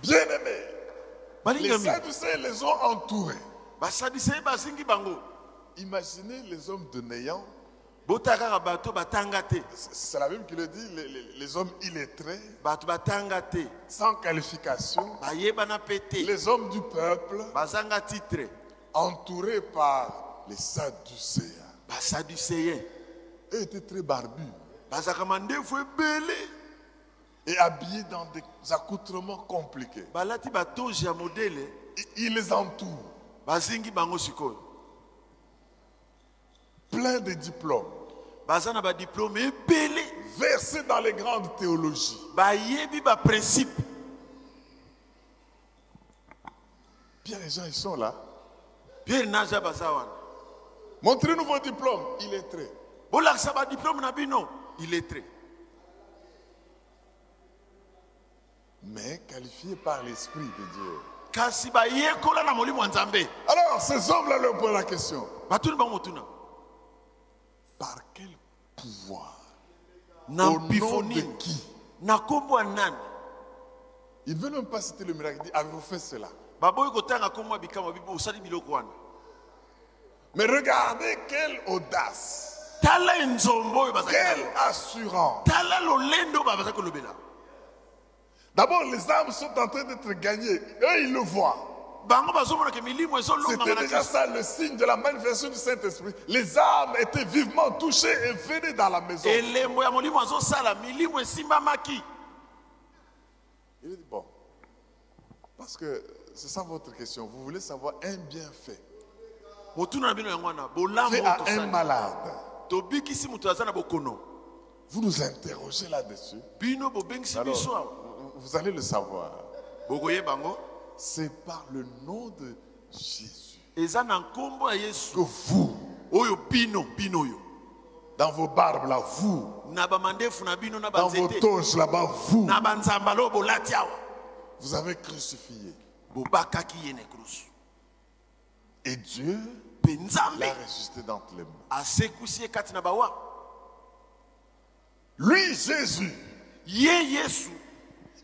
S2: Bien-aimés, les
S1: balingami
S2: Sadducéens les ont entourés.
S1: basadise ye bazingi bango
S2: Imaginez les hommes de néant.
S1: botala kaka bato batanga te
S2: C'est c'est la Bible qui le dit, les, les- les hommes illettrés,
S1: bato batanga te
S2: sans qualification,
S1: bayebana mpe te
S2: les hommes du peuple,
S1: bazanga titre
S2: entourés par les Sadducéens.
S1: basaduseyen
S2: Eux étaient très barbus
S1: bazalaka mandefu ebele
S2: et habillés dans des accoutrements compliqués.
S1: balati batoge ya modele
S2: I- Ils les entourent,
S1: bazingi bango sikoyo
S2: pleins de diplômes,
S1: baza na badiplome ebele
S2: versés dans les grandes théologies.
S1: bayebi baprincipe
S2: Pierre et Jean, ils sont là.
S1: pierre naja baza wana
S2: Montrez-nous vos diplômes illettrés.
S1: bolakisa badiplome na bino iletre
S2: mais qualifiés par l'Esprit de Dieu.
S1: kasi bayekola na molimo ya nzambe
S2: Alors, ces hommes-là leur posent la question
S1: batuni bango motuna
S2: par quel pouvoir
S1: na
S2: Au nom
S1: mpifo
S2: de
S1: nini
S2: qui?
S1: na nkombo ya nani
S2: Ils ne veulent même pas citer le miracle. Ils disent Avez-vous fait cela
S1: baboyi kotanga nkombo ya bikamwa bibi osali biloko wana
S2: Mais regardez quelle audace,
S1: tala enzombo oyo bazalaki
S2: quelle
S1: nayo.
S2: assurance.
S1: tala lolendo oyo baza kolobela
S2: D'abord, les âmes sont en train d'être gagnées. Eux, ils le voient.
S1: bango bazomonaka milimo
S2: C'était
S1: ezolongama na
S2: déjà
S1: kristo
S2: ça le signe de la manifestation du Saint-Esprit. Les âmes étaient vivement touchées et venaient dans la maison.
S1: elembo ya molimo azosala milimo esimbamaki
S2: Il dit, bon, parce que c'est ça votre question. Vous voulez savoir un bienfait
S1: botuna na bino yango wana
S2: fait
S1: bolamu
S2: à
S1: oyo
S2: un
S1: tosali.
S2: malade.
S1: tobikisi moto aza na bokono
S2: Vous nous interrogez là-dessus.
S1: bino bobengisi
S2: Alors,
S1: biso awa
S2: vous- vous allez le savoir.
S1: bokoyeba yango
S2: C'est par le nom de Jésus
S1: eza na nkombo ya yesu
S2: que vous,
S1: oyo bino bino oyo
S2: dans vos barbes là, vous,
S1: na bamandefu na bino na
S2: dans vos
S1: banzete
S2: toges là-bas, vous,
S1: na banzambala oyo bolati awa
S2: vous avez crucifié.
S1: bobakaki ye na ekulusu
S2: Et Dieu
S1: mpe
S2: l'a
S1: nzambe
S2: ressuscité d'entre les morts.
S1: asekusi ye kati na bawa
S2: Lui, Jésus,
S1: ye yesu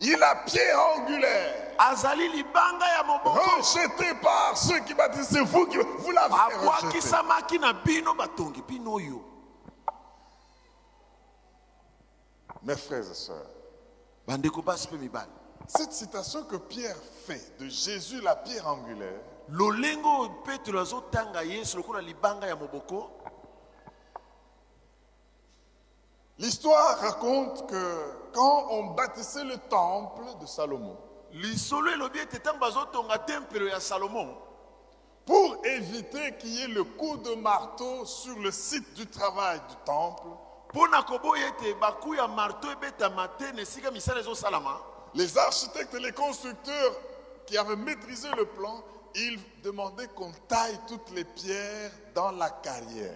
S2: il a pied angulaire,
S1: azali libanga ya moboko
S2: rejeté par ceux qui bâtissent. C'est vous qui vous l'avez rejeté.
S1: abwakisamaki na bino batongi bino oyo
S2: Mes frères et sœurs,
S1: bandeko basi mpe mibali
S2: cette citation que Pierre fait de Jésus, la pierre angulaire,
S1: lolenge oyo petelo azotanga yesu lokola libanga ya moboko
S2: l'histoire raconte que quand on bâtissait le temple de Salomon,
S1: lisolo elobi ete ntango bazotonga tempelo ya salomo
S2: Pour éviter qu'il y ait le coup de marteau sur le site du travail du temple,
S1: mpo na koboya ete baku ya marto ebetama te na esika misala ezosalama
S2: les architectes et les constructeurs qui avaient maîtrisé le plan, ils demandaient qu'on taille toutes les pierres dans la carrière.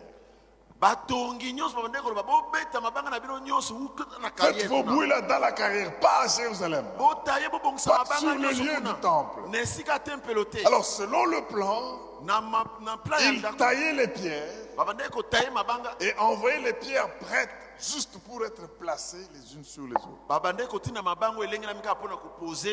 S1: batongi nyonso babandeki koloba bobeta mabanga na bino nyonso wuta na
S2: Faites
S1: karrière
S2: vos
S1: kuna.
S2: bruits là dans la carrière, pas à Jérusalem.
S1: botaye bobongisa
S2: Pas sur
S1: mabanga
S2: le
S1: nyonso
S2: lieu
S1: kuna.
S2: du temple.
S1: na esika ya tempelo te
S2: Alors selon le plan,
S1: na ma- na plan ya
S2: ils
S1: ndako
S2: taillaient les pierres
S1: babandeki kotaye mabanga
S2: et envoyaient les pierres prêtes juste pour être placées les unes sur les autres.
S1: babandeki kotinda mabango elengelami kaka mpona kopose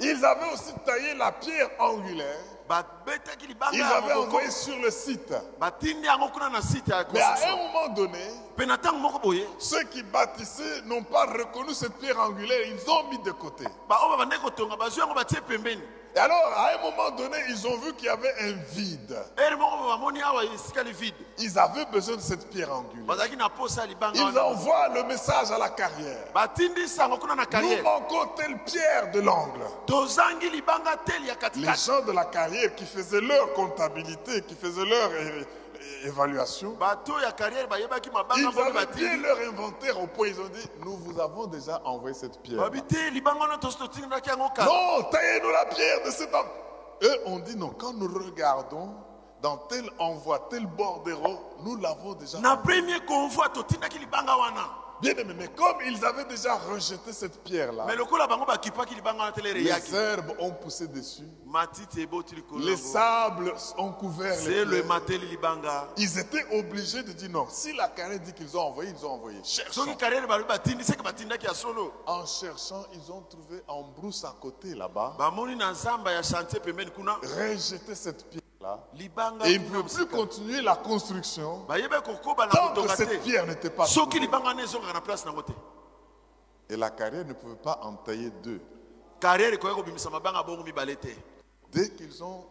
S2: Ils avaient aussi taillé la pierre angulaire.
S1: babetaki libanga
S2: Ils
S1: ya
S2: avaient
S1: moboko
S2: envoyé sur le site.
S1: batindi yango kuna na site ya
S2: Mais à un
S1: construction
S2: moment donné,
S1: mpe na ntango moko boye
S2: ceux qui bâtissaient n'ont pas reconnu cette pierre angulaire, ils ont mis de côté.
S1: baoyo babandeki kotonga bazwi yango batie pembeni
S2: Et alors, à un moment donné, ils ont vu qu'il y avait un vide.
S1: ere moko bamoni awa esika livide
S2: Ils avaient besoin de cette pierre angulaire.
S1: bazalaki na posa ya libanga
S2: Ils
S1: wana
S2: envoient le message à la carrière.
S1: batindi sango kuna na
S2: Nous
S1: karriere
S2: manquons telle pierre de l'angle.
S1: tozangi libanga teli ya
S2: Les
S1: katikati
S2: gens de la carrière qui faisaient leur comptabilité, qui faisaient leur é- é- évaluation,
S1: bato oyo ya karriere bayebaki
S2: ils
S1: mabanga moko
S2: avaient bien
S1: batindi
S2: leur inventaire au point ils ont dit, nous vous avons déjà envoyé cette pierre.
S1: babi te libanga wana tosi totindaki yango kala
S2: Non, taillez-nous la pierre de cet homme. Eux ont dit non. Quand nous regardons dans tel envoi, tel bordereau, nous l'avons déjà.
S1: na premier convoi totindaki libanga wana
S2: Bien aimé, mais comme ils avaient déjà rejeté cette pierre-là,
S1: me lokola bango bakipaki libanga wana tele
S2: les
S1: ereyaki
S2: herbes ont poussé dessus,
S1: matiti eboti likolo
S2: les
S1: yango.
S2: sables ont couvert les
S1: zelo
S2: pierres.
S1: emateli libanga
S2: Ils étaient obligés de dire non. Si la carrière dit qu'ils ont envoyé, ils ont envoyé. Cherchons.
S1: soki karriere balobi batindi seke batindaki ya solo
S2: En cherchant, ils ont trouvé en brousse à côté là-bas,
S1: bamoni na zamba ya chantier pembeni kuna
S2: rejeté cette pierre-là.
S1: libanga
S2: Et ils ne
S1: kuna
S2: pouvaient plus
S1: mosika.
S2: continuer la construction
S1: bayebe kokoba na
S2: tant que
S1: kotonga
S2: cette
S1: te
S2: pierre n'était pas
S1: soki libanga wana ezongaka na place nango te
S2: Et la carrière ne pouvait pas en tailler deux.
S1: karriere ekoki kobimisa mabanga bongo mibale te
S2: Dès qu'ils ont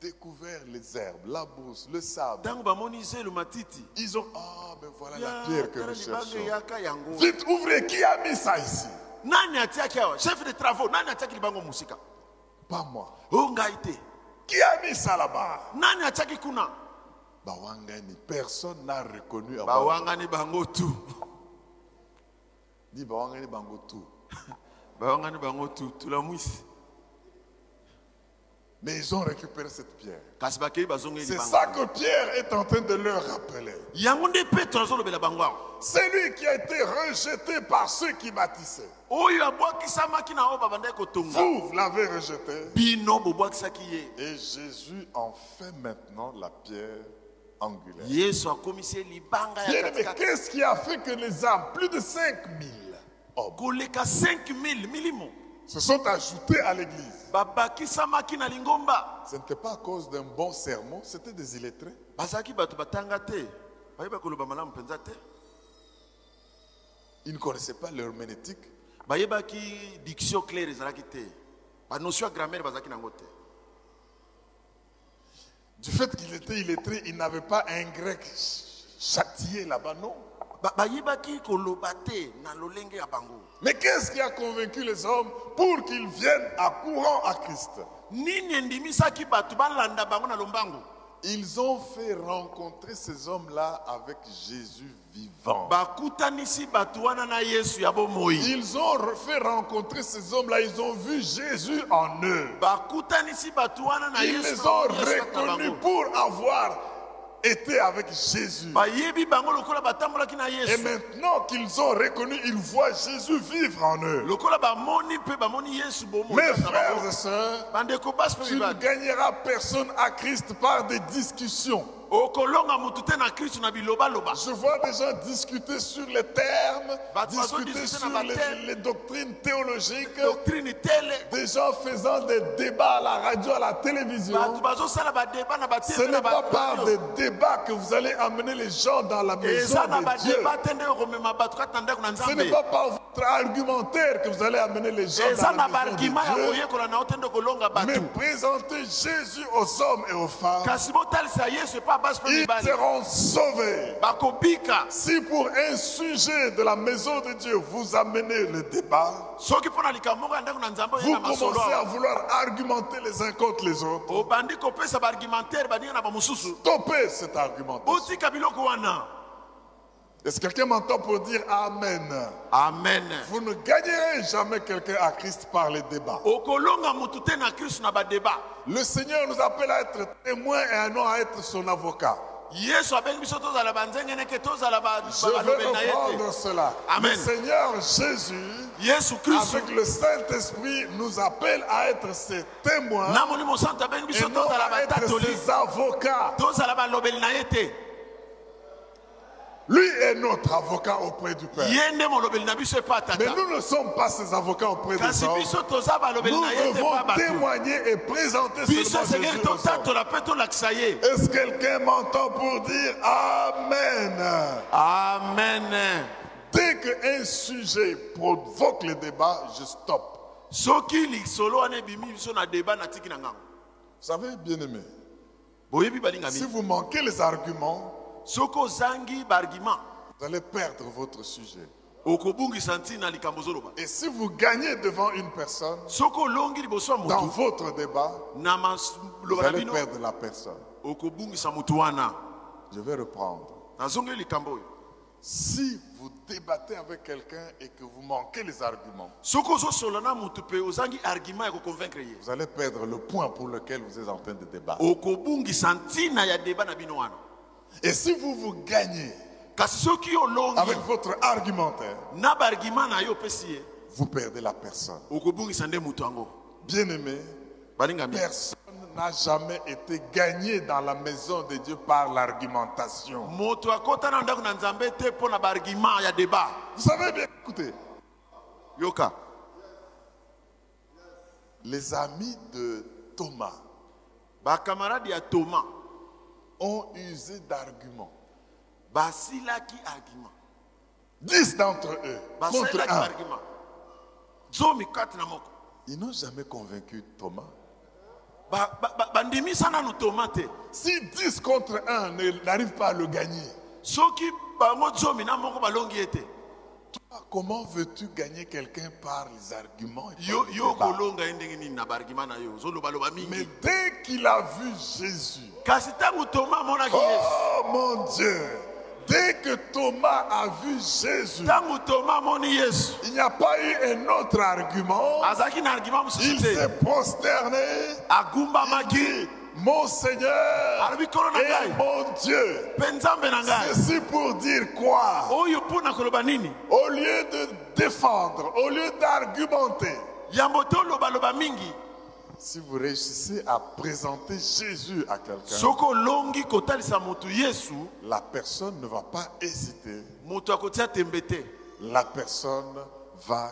S2: découvert les herbes, la brousse, le sable,
S1: ntango bamoni zelo matiti
S2: ils ont ah mais voilà la
S1: Ya,
S2: pierre que
S1: tala
S2: nous
S1: libanga
S2: cherchons.
S1: eyaka yango
S2: Vite ouvrez qui a mis ça ici
S1: nani atiaki awa chef de travaux nani atiaki libanga mosika
S2: Pas moi.
S1: o ngai te
S2: Qui a mis ça là-bas
S1: nani atiaki kuna
S2: Bawangani, personne n'a reconnu Abawangani.
S1: bawangani bango tu
S2: Dit Bawangani Bangotou.
S1: bawangani bango tu tulamwisi
S2: Mais ils ont récupéré cette pierre.
S1: kasi bakei bazongeli
S2: C'est
S1: bango
S2: ça que Pierre est en train de leur rappeler.
S1: yango nde petro azolobela bango awa
S2: C'est lui qui a été rejeté par ceux qui bâtissaient.
S1: oyo abwakisamaki na oyo babandaki kotonga
S2: Vous l'avez rejeté.
S1: bino bobwakisaki ye
S2: Et Jésus en fait maintenant la pierre angulaire.
S1: yesu akomisi ye libanga ya
S2: Bien aimé,
S1: katikati
S2: qu'est-ce qui a fait que les hommes, plus de 5000 hommes,
S1: koleka 5000 milimo
S2: se sont ajoutés à l'église
S1: babakisamaki na lingomba
S2: Ce n'était pas à cause d'un bon sermon, c'était des illettrés.
S1: bazalaki bato batanga te bayeba koloba malamu mpenza te
S2: Ils ne connaissaient pas l'herméneutique.
S1: bayebaki diction claire ezalaki te banotion ya grammaire bazalaki nango te
S2: Du fait qu'ils étaient illettrés, ils n'avaient pas un grec ch- châtié là-bas, non.
S1: Ba- bayebaki koloba te na lolenge ya bango
S2: Mais qu'est-ce qui a convaincu les hommes pour qu'ils viennent à courant à Christ
S1: nini endimisaki bato balanda bango na lombangu
S2: Ils ont fait rencontrer ces hommes-là avec Jésus vivant.
S1: bakutanisi bato wana na yesu ya bomoi
S2: Ils ont re- fait rencontrer ces hommes-là, ils ont vu Jésus en eux.
S1: bakutanisi bato wana na
S2: Ils
S1: yesu
S2: les
S1: na
S2: ont
S1: Yesu kaka
S2: reconnus
S1: bango.
S2: pour avoir été avec Jésus.
S1: bayebi bango lokola batambolaki na
S2: Et
S1: yesu
S2: maintenant qu'ils ont reconnu, ils voient Jésus vivre en eux.
S1: lokola bamoni mpe bamoni yesu bomoi
S2: Mes
S1: kaka
S2: frères
S1: bango.
S2: et sœurs,
S1: bandeko basi mpe
S2: tu ne
S1: mibali
S2: gagneras personne à Christ par des discussions.
S1: okolonga motu te na kristu na bilobaloba
S2: Je vois des gens discuter sur les termes,
S1: Bah, tu vas
S2: discuter
S1: discuter
S2: sur
S1: dans ma
S2: les,
S1: tête.
S2: les doctrines théologiques,
S1: doktrine tele
S2: des gens faisant des débats à la radio, à la télévision.
S1: bato bazosala badeba na
S2: Ce
S1: batete
S2: n'est
S1: na
S2: pas par des
S1: baeza
S2: débats que vous allez amener les gens dans la maison
S1: na
S2: de Dieu.
S1: badeba te nde okomema bato kati na ndako na
S2: Ce n'est
S1: nzambe
S2: pas par votre argumentaire que vous allez amener les gens
S1: eza
S2: dans la
S1: na
S2: maison
S1: baargima ya
S2: de Dieu,
S1: koyekola na yo te nde kolonga
S2: mais
S1: bato
S2: présenter Jésus aux hommes et aux femmes.
S1: kasi botalisa yesu epa basi mpe
S2: Ils
S1: mibali
S2: seront sauvés.
S1: bakobika
S2: Si pour un sujet de la maison de Dieu, vous amenez le débat,
S1: soki mpo na likambo moko ya ndako na nzambe oye
S2: vous
S1: na masolo
S2: commencez à
S1: awa
S2: vouloir argumenter les uns contre les autres.
S1: obandi kopesa baargimentaire badinga na bamosusu
S2: Stoppez cet argumentaire.
S1: botika biloko wana
S2: Est-ce que quelqu'un m'entend pour dire Amen
S1: amen
S2: Vous ne gagnerez jamais quelqu'un à Christ par les débats.
S1: okolonga motu te na kristu na badeba
S2: Le Seigneur nous appelle à être témoins et à non à être son avocat.
S1: yesu abengi biso tozala banzenge neke tozala ba- ba-
S2: Je veux
S1: balobe na ye te
S2: reprendre cela.
S1: Amen.
S2: Le Seigneur Jésus,
S1: yesu kristu
S2: avec le Saint-Esprit, nous appelle à être ses témoins
S1: na molimo santo abengi
S2: et
S1: biso
S2: non
S1: tozala
S2: à être
S1: batatoli
S2: ses avocats.
S1: tozala balobeli na ye te
S2: Lui est notre avocat auprès du Père.
S1: ye nde molobeli na biso epa
S2: Mais
S1: tata
S2: nous ne sommes pas ses avocats auprès des
S1: kasi
S2: hommes.
S1: biso toza balobeli
S2: Nous
S1: na ye te
S2: devons
S1: pa bato
S2: témoigner et présenter
S1: biso
S2: seulement
S1: sengeli
S2: Jésus aux hommes.
S1: totatola mpe tolakisa ye
S2: Est-ce que quelqu'un m'entend pour dire Amen
S1: amen
S2: Dès qu'un sujet provoque le débat, je stoppe.
S1: soki lisolo wana ebimi biso na deba na tiki na ngango
S2: Vous savez, bien-aimé,
S1: boyebi
S2: si
S1: balingami
S2: vous manquez les arguments,
S1: soki ozangi baargima
S2: vous allez perdre votre sujet.
S1: okobungisa ntina likambo ozoloba
S2: Et si vous gagnez devant une personne,
S1: soki olongi liboso ya
S2: dans
S1: motu
S2: votre débat,
S1: na
S2: vous
S1: maloba na
S2: allez
S1: bino
S2: perdre la personne.
S1: okobungisa motu wana
S2: Je vais reprendre.
S1: nazongeli likambo oyo
S2: Si vous débattez avec quelqu'un et que vous manquez les arguments,
S1: soki ozosola na motu mpe ozangi argument ya koconvaincre ye
S2: vous allez perdre le point pour lequel vous êtes en train de débattre.
S1: okobungisa ntina ya deba na bino wana
S2: Et si vous vous gagnez
S1: kasi soki olongi
S2: avec votre argumentaire,
S1: na baargima na yo opesi ye
S2: vous perdez la personne.
S1: okobungisa nde motu yango
S2: Bien-aimé,
S1: balingami
S2: personne n'a jamais été gagné dans la maison de Dieu par l'argumentation.
S1: moto akota na ndako na nzambe te mpo na baargima ya deba
S2: Vous savez bien, écoutez,
S1: yoka
S2: les amis de Thomas
S1: bakamaradi ya toma
S2: ont usé d'arguments.
S1: basilaki argument
S2: Dix d'entre eux
S1: Bah,
S2: contre
S1: basalelaki
S2: un.
S1: argument zomi kati na moko
S2: Ils n'ont jamais convaincu Thomas.
S1: Ba- ba- ba- bandimisa nanu toma te
S2: Si dix contre un ne- n'arrivent pas à le gagner,
S1: soki bango zomi na moko balongi ye te
S2: ah, comment veux-tu gagner quelqu'un par les arguments et par
S1: yo,
S2: les
S1: yo
S2: débats
S1: kolonga ye ndenge nini na baargima na yo ozolobaloba
S2: Mais
S1: mingi
S2: dès qu'il a vu Jésus,
S1: kasi ntango toma amonaki yesu
S2: oh mon Dieu, Dès que Thomas a vu Jésus,
S1: ntango toma amoni yesu
S2: il n'y a pas eu un autre argument.
S1: azalaki na arguma
S2: Il
S1: mosusu
S2: s'est
S1: te
S2: prosterné.
S1: agumbamaki
S2: Mon Seigneur
S1: alobi nkolo na
S2: et
S1: ngai
S2: mon Dieu.
S1: mpe nzambe na ngai
S2: Ceci pour dire quoi
S1: oyo mpona koloba nini
S2: Au lieu de défendre, au lieu d'argumenter,
S1: yambo te olobaloba mingi
S2: si vous réussissez à présenter Jésus à quelqu'un,
S1: soki olongi kotalisa motu yesu
S2: la personne ne va pas hésiter.
S1: moto akotia tembe te
S2: La personne va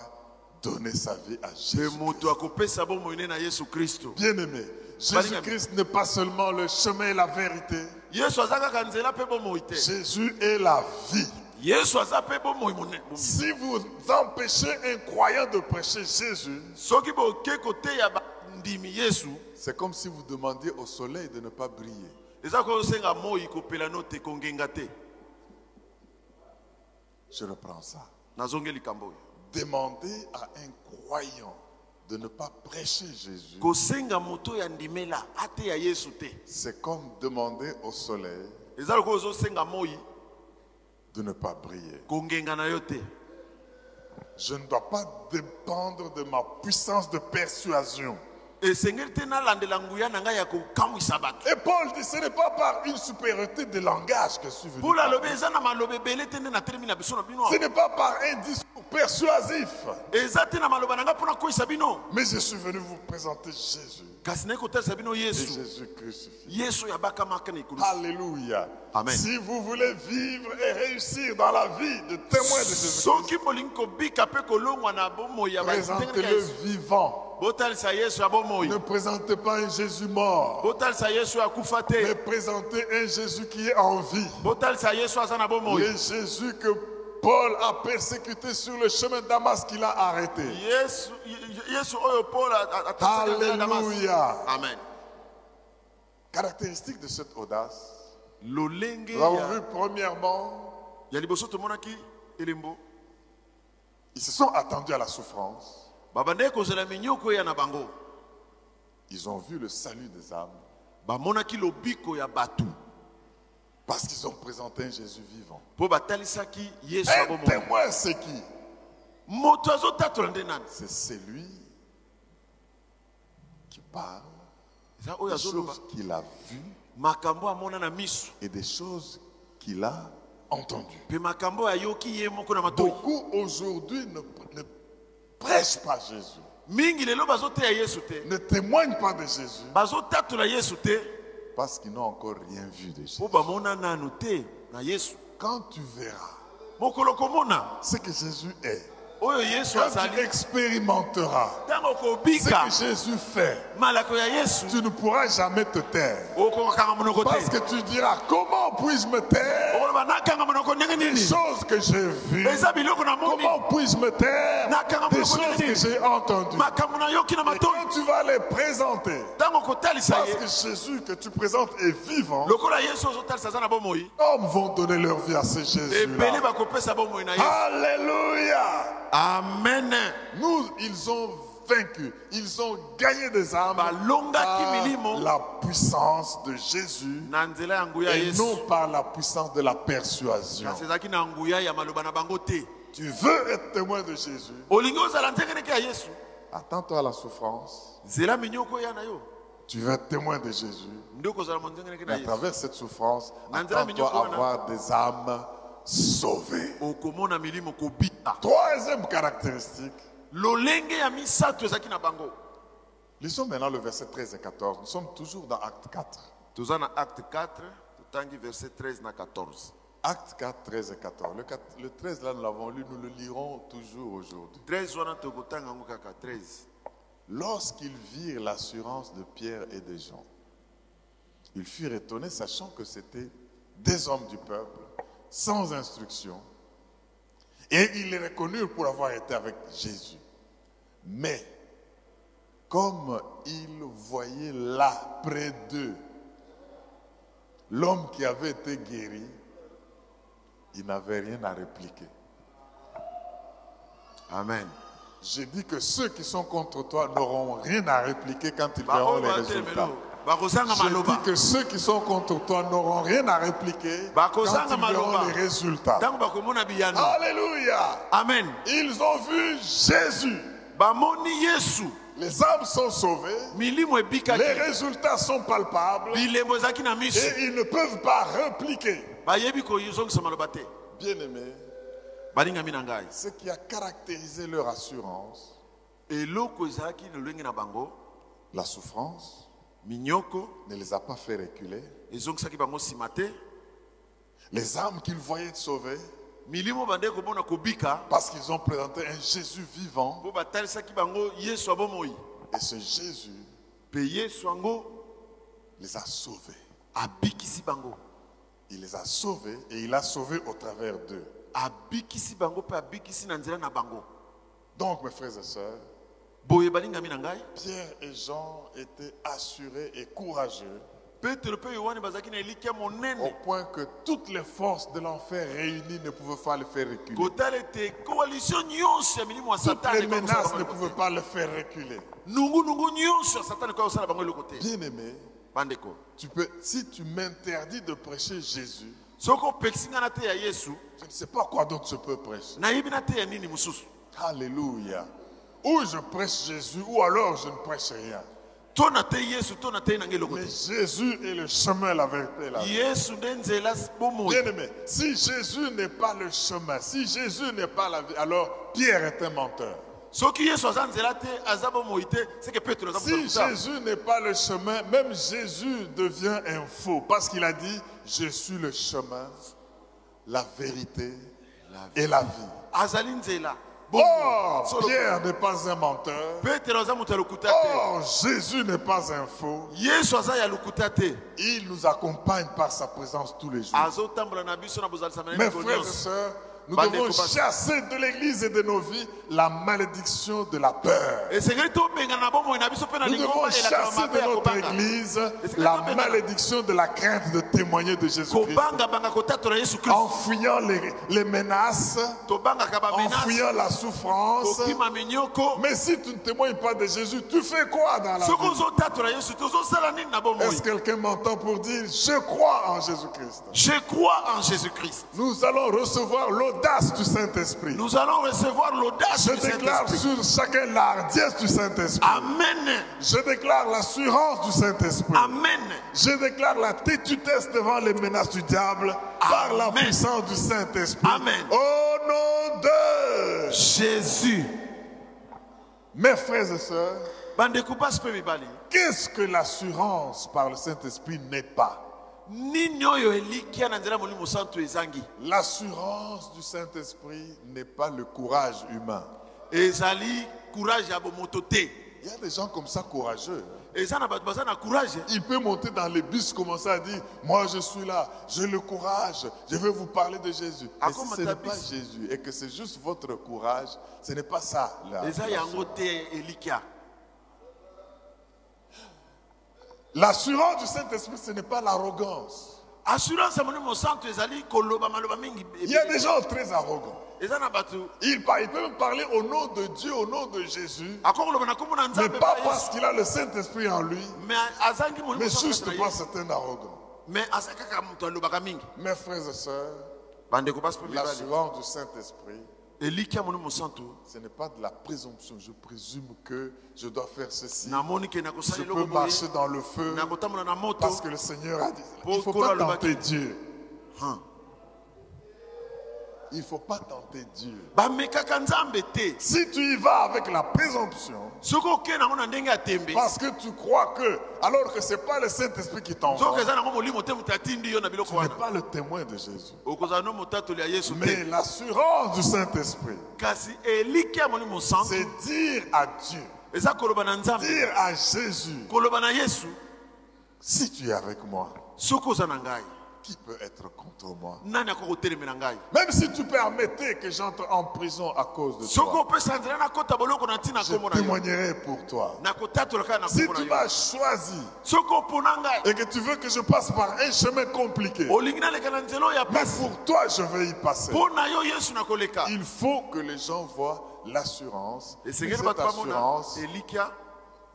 S2: donner sa vie à
S1: mpe
S2: Jésus.
S1: moto akopesa bomoi na yesu kristo
S2: Bien-aimé, Jésus-Christ n'est pas seulement le chemin et la vérité.
S1: yesu aza kaka nzela mpe bomoi te
S2: Jésus est la vie.
S1: yesu aza mpe bomoi monene
S2: Si vous empêchez un croyant de prêcher Jésus,
S1: soki boke koteya bandimi yesu
S2: c'est comme si vous demandiez au soleil de ne pas briller.
S1: eza kosenga moi kopelano te kongenga te
S2: Je reprends ça.
S1: nazonge likambo oyo
S2: Demandez à un croyant de ne pas prêcher Jésus,
S1: kosenga moto oyo andimela ateya yesu te
S2: c'est comme demander au soleil
S1: eza lokola ozosenga moi
S2: de ne pas briller.
S1: kongenga na yo te
S2: Je ne dois pas dépendre de ma puissance de persuasion.
S1: esengeli te nalandela nguya na ngai ya kokamwisa bato
S2: Et Paul dit, ce n'est pas par une supériorité de langage que je suis venu.
S1: mpolo alobi eza na maloba ebele te nde natelemi na biso na bino
S2: Ce n'est pas par un discours persuasif,
S1: eza te na maloba na ngai mpo na koyisa bino
S2: mais je suis venu vous présenter Jésus.
S1: kasi naye kotalisa bino
S2: Et
S1: yesu
S2: Jésus crucifié.
S1: yesu oyo abakamaka na ekulu
S2: Alléluia.
S1: Amen.
S2: Si vous voulez vivre et réussir dans la vie de témoin de Jésus,
S1: soki bolingi kobika mpe kolongwa na bomoi ya batengaka
S2: présentez-le
S1: yesu
S2: vivant.
S1: botalisa yesu ya bomoi
S2: Ne présentez pas un Jésus mort,
S1: botalisa yesu ya kufa
S2: mais
S1: te
S2: présentez un Jésus qui est en vie.
S1: botalisa yesu aza na bomoi
S2: Le Jésus que Paul a persécuté sur le chemin de Damas qu'il a arrêté.
S1: yesu yesu oyo paul a- a- atisaki na nzela ya Damasi.
S2: Alléluia.
S1: amen
S2: Caractéristique de cette audace,
S1: lolenge
S2: Nous avons
S1: ya-
S2: vu premièrement,
S1: ya liboso tomonaki elembo
S2: ils se sont attendus à la souffrance.
S1: babandaki kozela minyoko ya na bango
S2: Ils ont vu le salut des âmes
S1: bamonaki lobiko ya bato
S2: parce qu'ils ont présenté un Jésus vivant.
S1: mpo batalisaki yesu ya
S2: Un
S1: bomoi
S2: témoin, c'est qui
S1: moto azotatola nde nani
S2: C'est celui qui parle
S1: eza oyo
S2: des
S1: azoloba
S2: choses qu'il a vues
S1: makambo amona na miso
S2: et des choses qu'il a entendues.
S1: mpe makambo ayoki ye moko na matoi
S2: Beaucoup aujourd'hui ne, ne prêchent pas Jésus,
S1: mingi lelo bazoteya yesu te
S2: ne témoignent pas de Jésus
S1: bazotatola yesu te
S2: parce qu'ils n'ont encore rien vu de Jésus.
S1: mpo bamona nanu te na yesu
S2: Quand tu verras
S1: mokolo komona
S2: ce que Jésus est,
S1: oyo yesu
S2: quand tu
S1: azali
S2: expérimenteras
S1: ntango
S2: Ce
S1: okobika
S2: que Jésus fait,
S1: malako ya yesu
S2: tu ne pourras jamais te taire.
S1: okokanga monoko
S2: Parce
S1: te
S2: que tu diras, comment puis-je me taire
S1: okoloba nakanga monoko ndenge
S2: des
S1: nini
S2: choses que j'ai vues
S1: eza biloko na moni
S2: Comment puis-je me taire des choses que j'ai entendues
S1: makambo nayoki na
S2: Et
S1: matoi
S2: quand tu vas les présenter,
S1: ntango kotalisa
S2: parce
S1: ye
S2: que Jésus que tu présentes est vivant,
S1: lokola yesu ozotalisa aza na bomoi
S2: les hommes vont donner leur vie à ce
S1: ebele
S2: Jésus-là.
S1: bakopesa bomoi na ye
S2: Alléluia
S1: amen
S2: Nous, ils ont vaincu, ils ont gagné des âmes
S1: Bah, Balongaki
S2: par
S1: milimo.
S2: la puissance de Jésus
S1: na nzela ya nguya
S2: et non
S1: yesu
S2: par la puissance de la persuasion.
S1: kasi ezalaki na nguya ya maloba na bango te
S2: Tu veux être témoin de Jésus.
S1: olingi ozala ndenge neke ya yesu
S2: Attends-toi à la souffrance.
S1: nzela minyoko eya na yo
S2: Tu veux être témoin de Jésus.
S1: nde okozala mo ndenge neke na
S2: Et à
S1: yesu
S2: travers cette souffrance, attends-toi
S1: Nandela
S2: à
S1: Mignokwana.
S2: avoir des âmes sauvées.
S1: okomona milimo kobita
S2: Troisième caractéristique.
S1: lolenge ya misato ezalaki na bango
S2: Lisons maintenant le verset 13 et 14. Nous sommes toujours dans Acte 4.
S1: toza na acte 4 totangi verset 13 na 14
S2: Acte 4, 13 et 14. Le, 4 le 13, là, nous l'avons lu, nous le lirons toujours aujourd'hui.
S1: 13 wana tokotanga yango kaka 13
S2: Lorsqu'ils virent l'assurance de Pierre et de Jean, ils furent étonnés, sachant que c'était des hommes du peuple, sans instruction, et ils les reconnurent pour avoir été avec Jésus. Mais, comme ils voyaient là, près d'eux, l'homme qui avait été guéri, ils n'avaient rien à répliquer.
S1: amen
S2: J'ai dit que ceux qui sont contre toi n'auront rien à répliquer quand ils verront
S1: baoyo
S2: les
S1: batelemelo
S2: résultats.
S1: bakozanga
S2: J'ai dit
S1: maloba
S2: que ceux qui sont contre toi n'auront rien à répliquer
S1: Bah,
S2: quand
S1: Kozanga
S2: ils verront
S1: Maloba.
S2: les résultats.
S1: ntango bakomona biyano
S2: Alléluia.
S1: amen
S2: Ils ont vu Jésus.
S1: bamoni yesu
S2: Les âmes sont sauvées.
S1: milimo
S2: Les
S1: ebikaki
S2: résultats sont palpables.
S1: bilembo ezalaki na miso
S2: Et ils ne peuvent pas répliquer.
S1: bayebi kozongisa maloba te
S2: Bien-aimés,
S1: balingami na ngai
S2: ce qui a caractérisé leur assurance,
S1: eloko ezalaki na lolenge na bango
S2: la souffrance,
S1: minyoko
S2: ne les a pas fait reculer.
S1: ezongisaki bango nsima te
S2: Les âmes qu'ils voyaient sauvées,
S1: milimo bandeki kobona kobika
S2: parce qu'ils ont présenté un Jésus vivant.
S1: mpo batalisaki bango yesu ya bomoi
S2: Et ce Jésus
S1: mpe yesu yango
S2: les a sauvés.
S1: abikisi bango
S2: Il les a sauvés et il a sauvé au travers d'eux.
S1: abikisi bango mpe abikisi na nzela na bango
S2: Donc, mes frères et sœurs,
S1: boye balingami na ngai
S2: Pierre et Jean étaient assurés et courageux
S1: petelo mpe yohane bazalaki na eliki ya
S2: au
S1: monene
S2: point que toutes les forces de l'enfer réunies ne pouvaient pas le faire reculer.
S1: kotala ete koalisio nyonso ya milimo ya
S2: Toutes
S1: satana
S2: les
S1: ekoki kosala
S2: menaces
S1: bango
S2: ne
S1: eloko
S2: pouvaient pas le faire reculer.
S1: te. nungunungu nyonso ya satana ekoki kosala bango eloko te
S2: Bien-aimé,
S1: bandeko
S2: tu peux, si tu m'interdis de prêcher Jésus,
S1: soki opekisi ngai na te ya yesu
S2: je ne sais pas quoi d'autre je peux prêcher.
S1: nayebi na te ya nini mosusu
S2: Alléluia. Ou je prêche Jésus, ou alors je ne prêche rien.
S1: to na te yesu to na te ye na ngai eloko
S2: Mais
S1: te
S2: Jésus est le chemin, la vérité, la vie.
S1: yesu nde nzela bomoi
S2: Bien-aimé, si Jésus n'est pas le chemin, si Jésus n'est pas la vie, alors Pierre est un menteur.
S1: soki yesu aza nzela te aza bomoi te seke petelo aza
S2: Si
S1: moto ya kuta.
S2: Jésus n'est pas le chemin, même Jésus devient un faux parce qu'il a dit Je suis le chemin, la vérité et la vie.
S1: azali nzela
S2: Or,
S1: Solo-
S2: Pierre n'est pas un menteur.
S1: petelo aza moto ya lokuta te
S2: Or, Jésus n'est pas un faux.
S1: yesu aza ya lokuta te
S2: Il nous accompagne par sa présence tous les jours.
S1: azotambola na biso na bozalisa manene
S2: Mes
S1: ko
S2: frères et
S1: nyonso.
S2: sœurs, nous
S1: Bandeko
S2: devons
S1: basi.
S2: chasser de l'église et de nos vies la malédiction de la peur.
S1: esengeli tobengana na bomoi na biso mpe na
S2: Nous devons
S1: lingomba
S2: chasser de notre église la malédiction de la crainte de témoigner de Jésus-Christ.
S1: kobangabanga kotatola yesu
S2: En
S1: kristu
S2: fuyant les, les menaces,
S1: tobangaka
S2: en
S1: bamenase
S2: fuyant la souffrance.
S1: kokima minyoko
S2: Mais si tu ne témoignes pas de Jésus, tu fais quoi dans la
S1: soki
S2: vie
S1: ozotatola yesu te ozosala nini na bomoi
S2: Est-ce que quelqu'un m'entend pour dire Je crois en Jésus-Christ
S1: je crois en jésus christ
S2: Nous allons recevoir l'audace du Saint-Esprit.
S1: nous allons recevoir l'audace
S2: Je
S1: du
S2: déclare
S1: Saint-Esprit.
S2: sur chacun l'ardiesse du Saint-Esprit.
S1: amen
S2: Je déclare l'assurance du Saint-Esprit.
S1: amen
S2: Je déclare la tétutesse devant les menaces du diable par la
S1: Amen.
S2: puissance du Saint-Esprit.
S1: Amen.
S2: Au nom de
S1: jésus
S2: mes frères et sœurs,
S1: bandeko basi mpe mibali
S2: qu'est-ce que l'assurance par le Saint-Esprit n'est pas
S1: nini oyo elikia na nzela ya molimo santu ezangi
S2: L'assurance du Saint-Esprit n'est pas le courage humain.
S1: ezali courage ya bomoto te
S2: Il y a des gens comme ça courageux.
S1: eza na bato baza na courage
S2: Il peut monter dans les bus, commencer à dire Moi je suis là, j'ai le courage, je vais vous parler de Jésus.
S1: Ah,
S2: Mais si
S1: comment
S2: ce n'est
S1: t'as
S2: pas
S1: bis-
S2: Jésus et que c'est juste votre courage, ce n'est pas ça. la-
S1: eza
S2: la-
S1: yango te elikia
S2: L'assurance du Saint-Esprit, ce n'est pas l'arrogance.
S1: assurance ya molimo santu ezali koloba maloba mingi
S2: Il y a des gens très arrogants.
S1: eza na bato
S2: Il, par- il peut même parler au nom de Dieu, au nom de Jésus,
S1: akoki koloba na nkombo
S2: mais
S1: na nzambe
S2: pas
S1: pa Yesu.
S2: parce qu'il a le Saint-Esprit en lui,
S1: me azangi
S2: mais
S1: molimo
S2: juste
S1: santu na
S2: parce
S1: Yesu.
S2: que c'est un arrogant.
S1: me azali kaka moto alobaka mingi
S2: Mes frères et sœurs,
S1: bandeko basi mpe mibali
S2: l'assurance du Saint-Esprit,
S1: elikia molimo santu
S2: ce n'est pas de la présomption. Je présume que je dois faire ceci.
S1: namoni ke nakosala
S2: Je
S1: eloko
S2: peux
S1: boye
S2: marcher dans le feu
S1: nakotambola na moto
S2: parce que le Seigneur a dit. Il
S1: Pour-
S2: ne faut
S1: pour
S2: pas
S1: le-
S2: tenter Dieu.
S1: Hein.
S2: Il ne faut pas tenter Dieu.
S1: bamekaka nzambe te
S2: Si tu y vas avec la présomption,
S1: soki okei nango na ndenge ya tembe
S2: Parce que tu crois que, alors que ce n'est pas le Saint-Esprit qui t'envoie,
S1: soki
S2: tu
S1: eza nango molimo te moto atindi yo na biloko
S2: n'es
S1: wana
S2: pas le témoin de Jésus.
S1: okozala no motatoli ya yesu
S2: Mais
S1: te
S2: l'assurance du Saint-Esprit,
S1: kasi elikia molimo santu
S2: c'est dire à Dieu,
S1: eza koloba na nzambe
S2: dire à Jésus,
S1: koloba na yesu
S2: si tu es avec moi,
S1: soki oza na ngai
S2: qui peut être contre moi
S1: nani akoki kotelemela ngai
S2: Même si tu permettais que j'entre en prison à cause de
S1: soki
S2: toi,
S1: opesa nzela nakota boloko na ntina
S2: je
S1: nkombo na yo
S2: témoignerai pour toi.
S1: nakotatola kaka na
S2: Si
S1: nkombo
S2: tu
S1: na yo
S2: m'as choisi
S1: soki opona ngai
S2: et que tu veux que je passe par un chemin compliqué,
S1: olingi naleka na nzela oyo ya
S2: mais
S1: pasi
S2: pour toi, je vais y passer.
S1: mpo na yo yesu nakoleka
S2: Il faut que les gens voient l'assurance, et
S1: esengeli
S2: cette
S1: bato bamona
S2: assurance
S1: elikia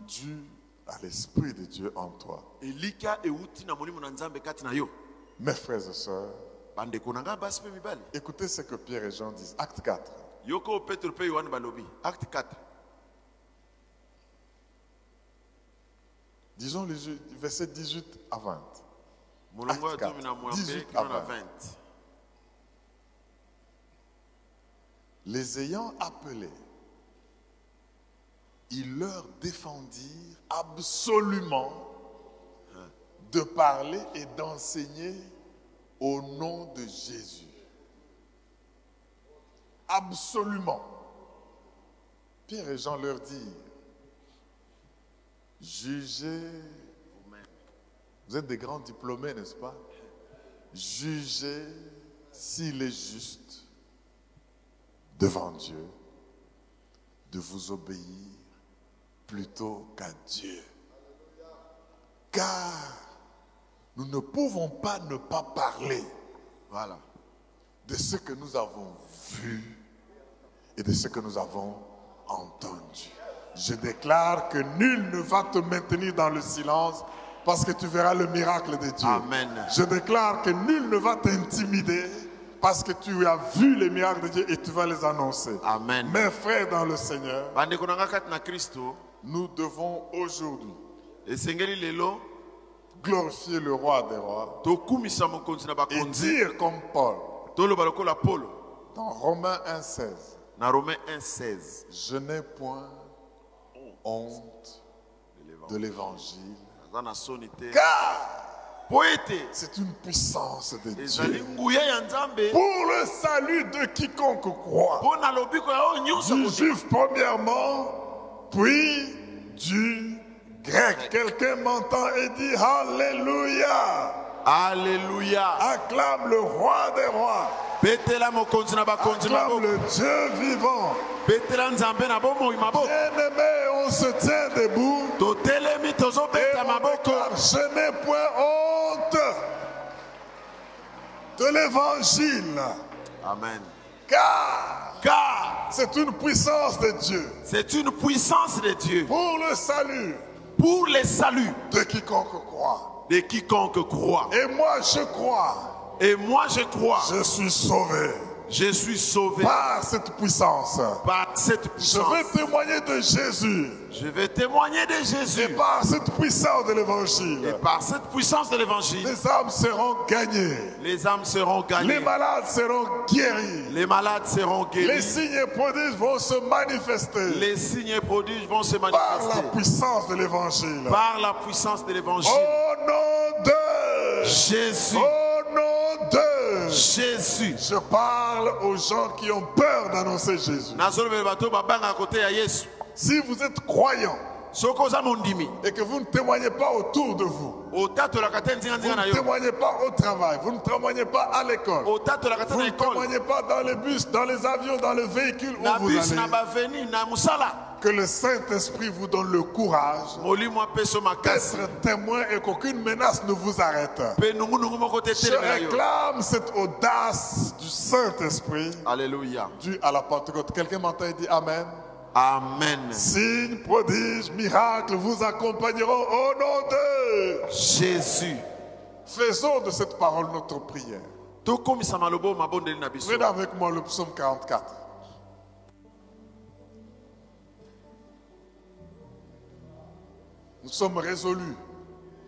S2: due à l'Esprit de Dieu en toi.
S1: elika ewuti na molimo na nzambe kati na yo
S2: Mes frères et sœurs,
S1: bandeko na ngai basi mpe mibali
S2: écoutez ce que Pierre et Jean disent. Acte 4.
S1: yoka oyo petro mpe yohane balobi acte 4
S2: Disons les ju- versets 18 à 20.
S1: molongo ya
S2: Acte 4,
S1: tomi na mwambe
S2: 18
S1: kino na
S2: avant.
S1: 20
S2: Les ayant appelés, ils leur défendirent absolument de parler et d'enseigner au nom de Jésus. Absolument. Pierre et Jean leur dirent, jugez, vous êtes des grands diplômés, n'est-ce pas Jugez s'il est juste devant Dieu de vous obéir plutôt qu'à Dieu. Car nous ne pouvons pas ne pas parler
S1: voilà
S2: de ce que nous avons vu et de ce que nous avons entendu. Je déclare que nul ne va te maintenir dans le silence parce que tu verras le miracle de Dieu.
S1: Amen.
S2: Je déclare que nul ne va t'intimider parce que tu as vu les miracles de Dieu et tu vas les annoncer.
S1: Amen.
S2: Mes frères dans le Seigneur,
S1: bandeko na ngai kati na kristo
S2: nous devons aujourd'hui
S1: esengeli lelo
S2: glorifier le roi des rois
S1: tokumisa mokonzi na
S2: et
S1: bakonzi
S2: dire comme Paul
S1: toloba lokola polo
S2: dans Romains 1,16.
S1: na romain 1:16
S2: Je n'ai point honte de l'évangile,
S1: aza na soni te
S2: car
S1: po ete
S2: c'est une puissance de
S1: ezali
S2: Dieu
S1: nguya ya nzambe
S2: pour le salut de quiconque croit,
S1: mpo na lobiko ya oyo nyonso
S2: du
S1: akotika.
S2: juif premièrement, puis du grec. Quelqu'un m'entend et dit Alléluia,
S1: alleluya
S2: acclame le roi des rois,
S1: betela mokonzi na bakonzi
S2: acclame
S1: maboko
S2: le Dieu vivant.
S1: betela nzambe na bomoi maboko
S2: Bien-aimés, on se tient debout.
S1: totelemi
S2: Et
S1: tozobeta
S2: on
S1: maboko
S2: déclare, Je n'ai point honte de l'évangile,
S1: amen
S2: car
S1: car
S2: c'est une puissance de Dieu
S1: c'est une puissance de dieu
S2: pour le salut
S1: pour le salut
S2: de quiconque croit.
S1: de quiconque croit
S2: Et moi, je crois,
S1: et moi je crois
S2: je suis sauvé
S1: je suis sauvé
S2: par cette puissance.
S1: par cette
S2: Ah. Je vais
S1: puissance
S2: témoigner de Jésus
S1: je vais témoigner de
S2: et
S1: Jésus
S2: par cette puissance de
S1: et
S2: l'évangile.
S1: par cette puissance de l'évangile
S2: Les âmes seront gagnées,
S1: les âmes seront
S2: Eh. les
S1: gagnées
S2: malades seront guéris,
S1: les malades seront
S2: les
S1: guéris
S2: signes et prodiges vont se manifester.
S1: les signes et prodiges vont se
S2: par la
S1: manifester
S2: puissance Oh. de l'évangile.
S1: par la puissance de l'évangile
S2: Au nom de
S1: Jésus
S2: au nom de
S1: Jésus
S2: je parle aux gens qui ont peur d'annoncer Jésus.
S1: nazolobela bato babangaka kote ya yesu
S2: Si vous êtes croyant
S1: soki oza mondimi
S2: et que vous ne témoignez pas autour de vous,
S1: otatolaka te
S2: vous
S1: nzinganzinga na
S2: ne
S1: yo
S2: témoignez pas au travail, vous ne témoignez pas à l'école, vous
S1: otatolaka te na
S2: ne
S1: ekole
S2: témoignez pas dans les bus, dans les avions, dans le véhicule où
S1: na
S2: vous
S1: bisi na
S2: allez,
S1: baveni na mosala
S2: que le Saint-Esprit vous donne le courage
S1: molimo apeso makasi
S2: d'être témoin et qu'aucune menace ne vous arrête.
S1: mpe nungunungu moko te
S2: Je
S1: etelemela yo
S2: réclame cette audace du Saint-Esprit
S1: alleluya
S2: due à la Pentecôte. Quelqu'un m'entend et dit Amen.
S1: amen
S2: Signes, prodiges, miracles vous accompagneront au nom de.
S1: jésus
S2: Faisons de cette parole notre prière.
S1: tokomisa maloba oyo mabondeli na biso
S2: Prenez avec moi le psaume 44. Nous sommes résolus.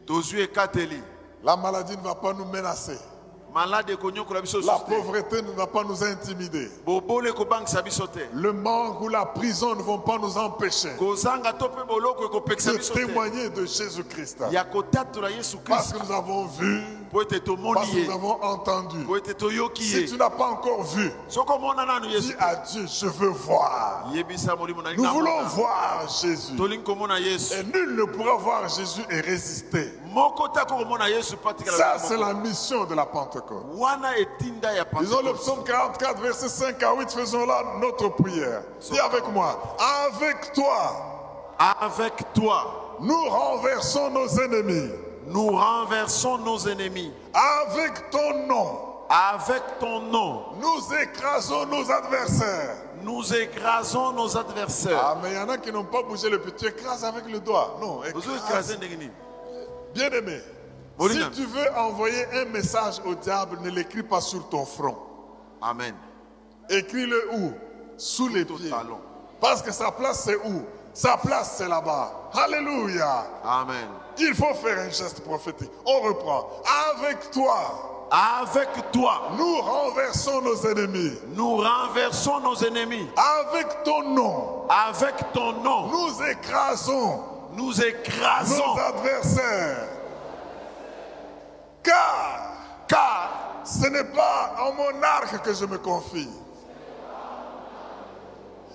S1: tozwi ekateli
S2: La maladie ne va pas nous menacer.
S1: malade ekonyokola biso
S2: La
S1: susu te
S2: pauvreté ne va pas nous intimider.
S1: bobole ekobangisa biso te
S2: Le manque ou la prison ne vont pas nous empêcher.
S1: kozanga to mpe boloko ekopekisa
S2: de
S1: biso te
S2: témoigner de Jésus-Christ.
S1: ya kotatola yesu
S2: Parce
S1: kristu
S2: que nous avons vu,
S1: po ete tomoni
S2: parce que nous
S1: ye
S2: avons entendu.
S1: po ete toyoki
S2: Si tu
S1: ye
S2: n'as pas encore vu,
S1: soki omona nanu
S2: dis
S1: yesu
S2: à Dieu, je veux voir.
S1: yebisa molimo na
S2: Nous
S1: linga
S2: voulons Eh.
S1: mona.
S2: voir Jésus.
S1: tolingi komona yesu
S2: Et nul ne pourra voir Jésus et résister.
S1: moko tako komona yesu patikala
S2: Ça,
S1: moko.
S2: c'est la mission de la Pentecôte.
S1: wana etinda ya
S2: Disons le
S1: Pentecôte.
S2: psaume 44, verset 5 à 8, faisons là notre prière. Dis avec moi, avec toi,
S1: avec toi
S2: nous renversons nos ennemis.
S1: nous renversons nos ennemis
S2: Avec ton nom,
S1: Avec ton nom,
S2: nous écrasons nos adversaires.
S1: nous écrasons nos adversaires.
S2: Ah, mais il y en a qui n'ont pas bougé le pied. Tu écrases avec le doigt. Non,
S1: Vous
S2: écrase.
S1: écrasez ndenge nini?
S2: Bien aimé, si
S1: Olina.
S2: tu veux envoyer un message au diable, ne l'écris pas sur ton front.
S1: Amen.
S2: Écris-le où Sous les
S1: Sous ton
S2: pieds.
S1: talon.
S2: Parce que sa place, c'est où Sa place, c'est là-bas. Alléluia.
S1: Amen.
S2: Il faut faire un geste prophétique. On reprend. Avec toi,
S1: Avec toi,
S2: nous renversons nos ennemis.
S1: nous renversons nos ennemis.
S2: Avec ton nom,
S1: Avec ton nom,
S2: nous écrasons
S1: nous
S2: nos
S1: écrasons.
S2: adversaires. Car
S1: Car
S2: ce n'est pas en mon arc que je me confie.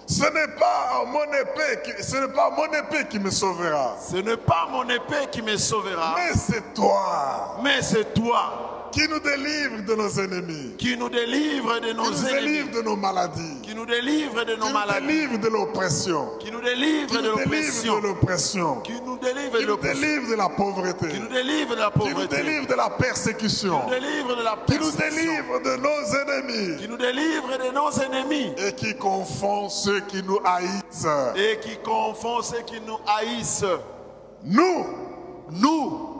S2: Ce n'est pas en mon épée qui, ce n'est pas mon épée qui me sauvera.
S1: ce n'est pas mon épée qui me sauvera,
S2: Mais c'est toi
S1: mais c'est toi
S2: qui nous délivre de nos ennemis,
S1: qui nous délivre de
S2: qui
S1: nos
S2: nous
S1: ennemis,
S2: délivre de nos maladies.
S1: qui nous délivre de
S2: qui
S1: nos
S2: nous
S1: maladies,
S2: délivre de l'oppression,
S1: qui nous délivre
S2: qui
S1: de
S2: nous délivre
S1: l'oppression,
S2: de l'oppression,
S1: qui nous délivre de
S2: qui nous
S1: l'oppression,
S2: délivre de la pauvreté,
S1: qui nous délivre de la
S2: qui nous
S1: pauvreté,
S2: délivre de la persécution,
S1: qui nous délivre de la
S2: qui nous
S1: persécution,
S2: délivre de nos ennemis
S1: qui nous délivre de nos ennemis
S2: et qui confond ceux qui nous haïssent.
S1: et qui confond ceux qui nous haïssent.
S2: Nous,
S1: Nous,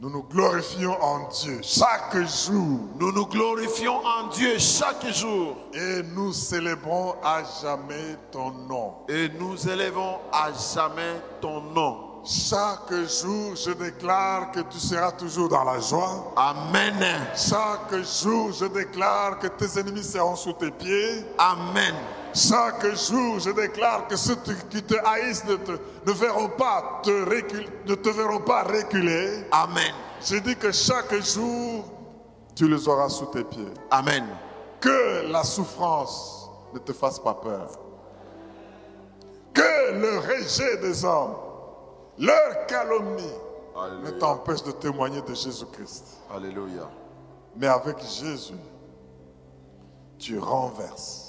S2: nous nous glorifions en Dieu chaque jour
S1: nous nous glorifions en Dieu chaque jour
S2: et nous célébrons à jamais ton nom.
S1: et nous élevons à jamais ton nom.
S2: Chaque jour, je déclare que tu seras toujours dans la joie.
S1: Amen.
S2: Chaque jour, je déclare que tes ennemis seront sous tes pieds.
S1: Amen.
S2: Chaque jour, je déclare que ceux te- qui te haïssent ne te, ne verront pas te recul- ne te verront pas reculer.
S1: Amen.
S2: Je dis que chaque jour, tu les auras sous tes pieds.
S1: Amen.
S2: Que la souffrance ne te fasse pas peur. Que le rejet des hommes, leur calomnie, ne
S1: Alléluia.
S2: t'empêche de témoigner de Jésus-Christ.
S1: Alléluia.
S2: Mais avec Jésus, tu renverses.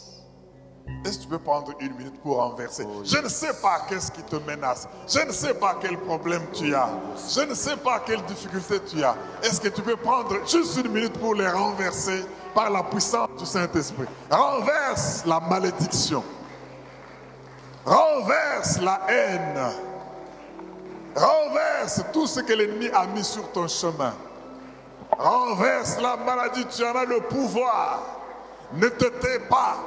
S2: Est-ce que tu peux prendre une minute pour renverser Je ne sais pas qu'est-ce qui te menace. Je ne sais pas quel problème tu as. Je ne sais pas quelle difficulté tu as. Est-ce que tu peux prendre juste une minute pour les renverser par la puissance du Saint-Esprit Renverse la malédiction. Renverse la haine. Renverse tout ce que l'ennemi a mis sur ton chemin. Renverse la maladie, tu en as le pouvoir. Ne te tais pas.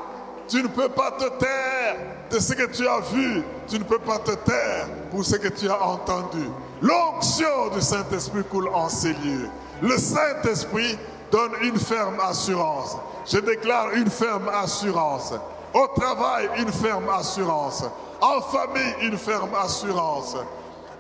S2: Tu ne peux pas te taire de ce que tu as vu. Tu ne peux pas te taire pour ce que tu as entendu. L'onction du Saint-Esprit coule en ces lieux. Le Saint-Esprit donne une ferme assurance. Je déclare une ferme assurance. Au travail, une ferme assurance. En famille, une ferme assurance.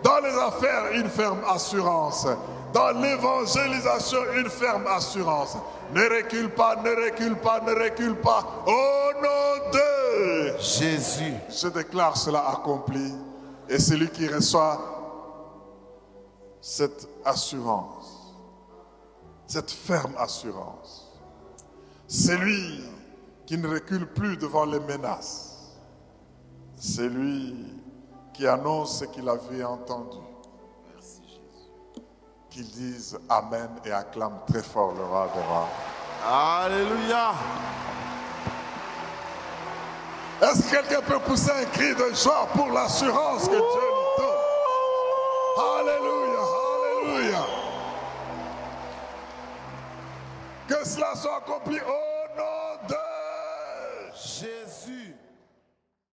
S2: Dans les affaires, une ferme assurance. Dans l'évangélisation, une ferme assurance. Ne recule pas, ne recule pas, ne recule pas. Au nom de...
S1: Jésus.
S2: Je déclare cela accompli. Et celui qui reçoit cette assurance, cette ferme assurance, celui qui ne recule plus devant les menaces, celui qui annonce ce qu'il avait entendu, qu'il dise Amen et acclame très fort le roi des rois.
S1: Alléluia.
S2: Est-ce que quelqu'un peut pousser un cri de joie pour l'assurance que Dieu nous donne Alléluia, Alléluia. Que cela soit accompli au nom de
S1: Jésus.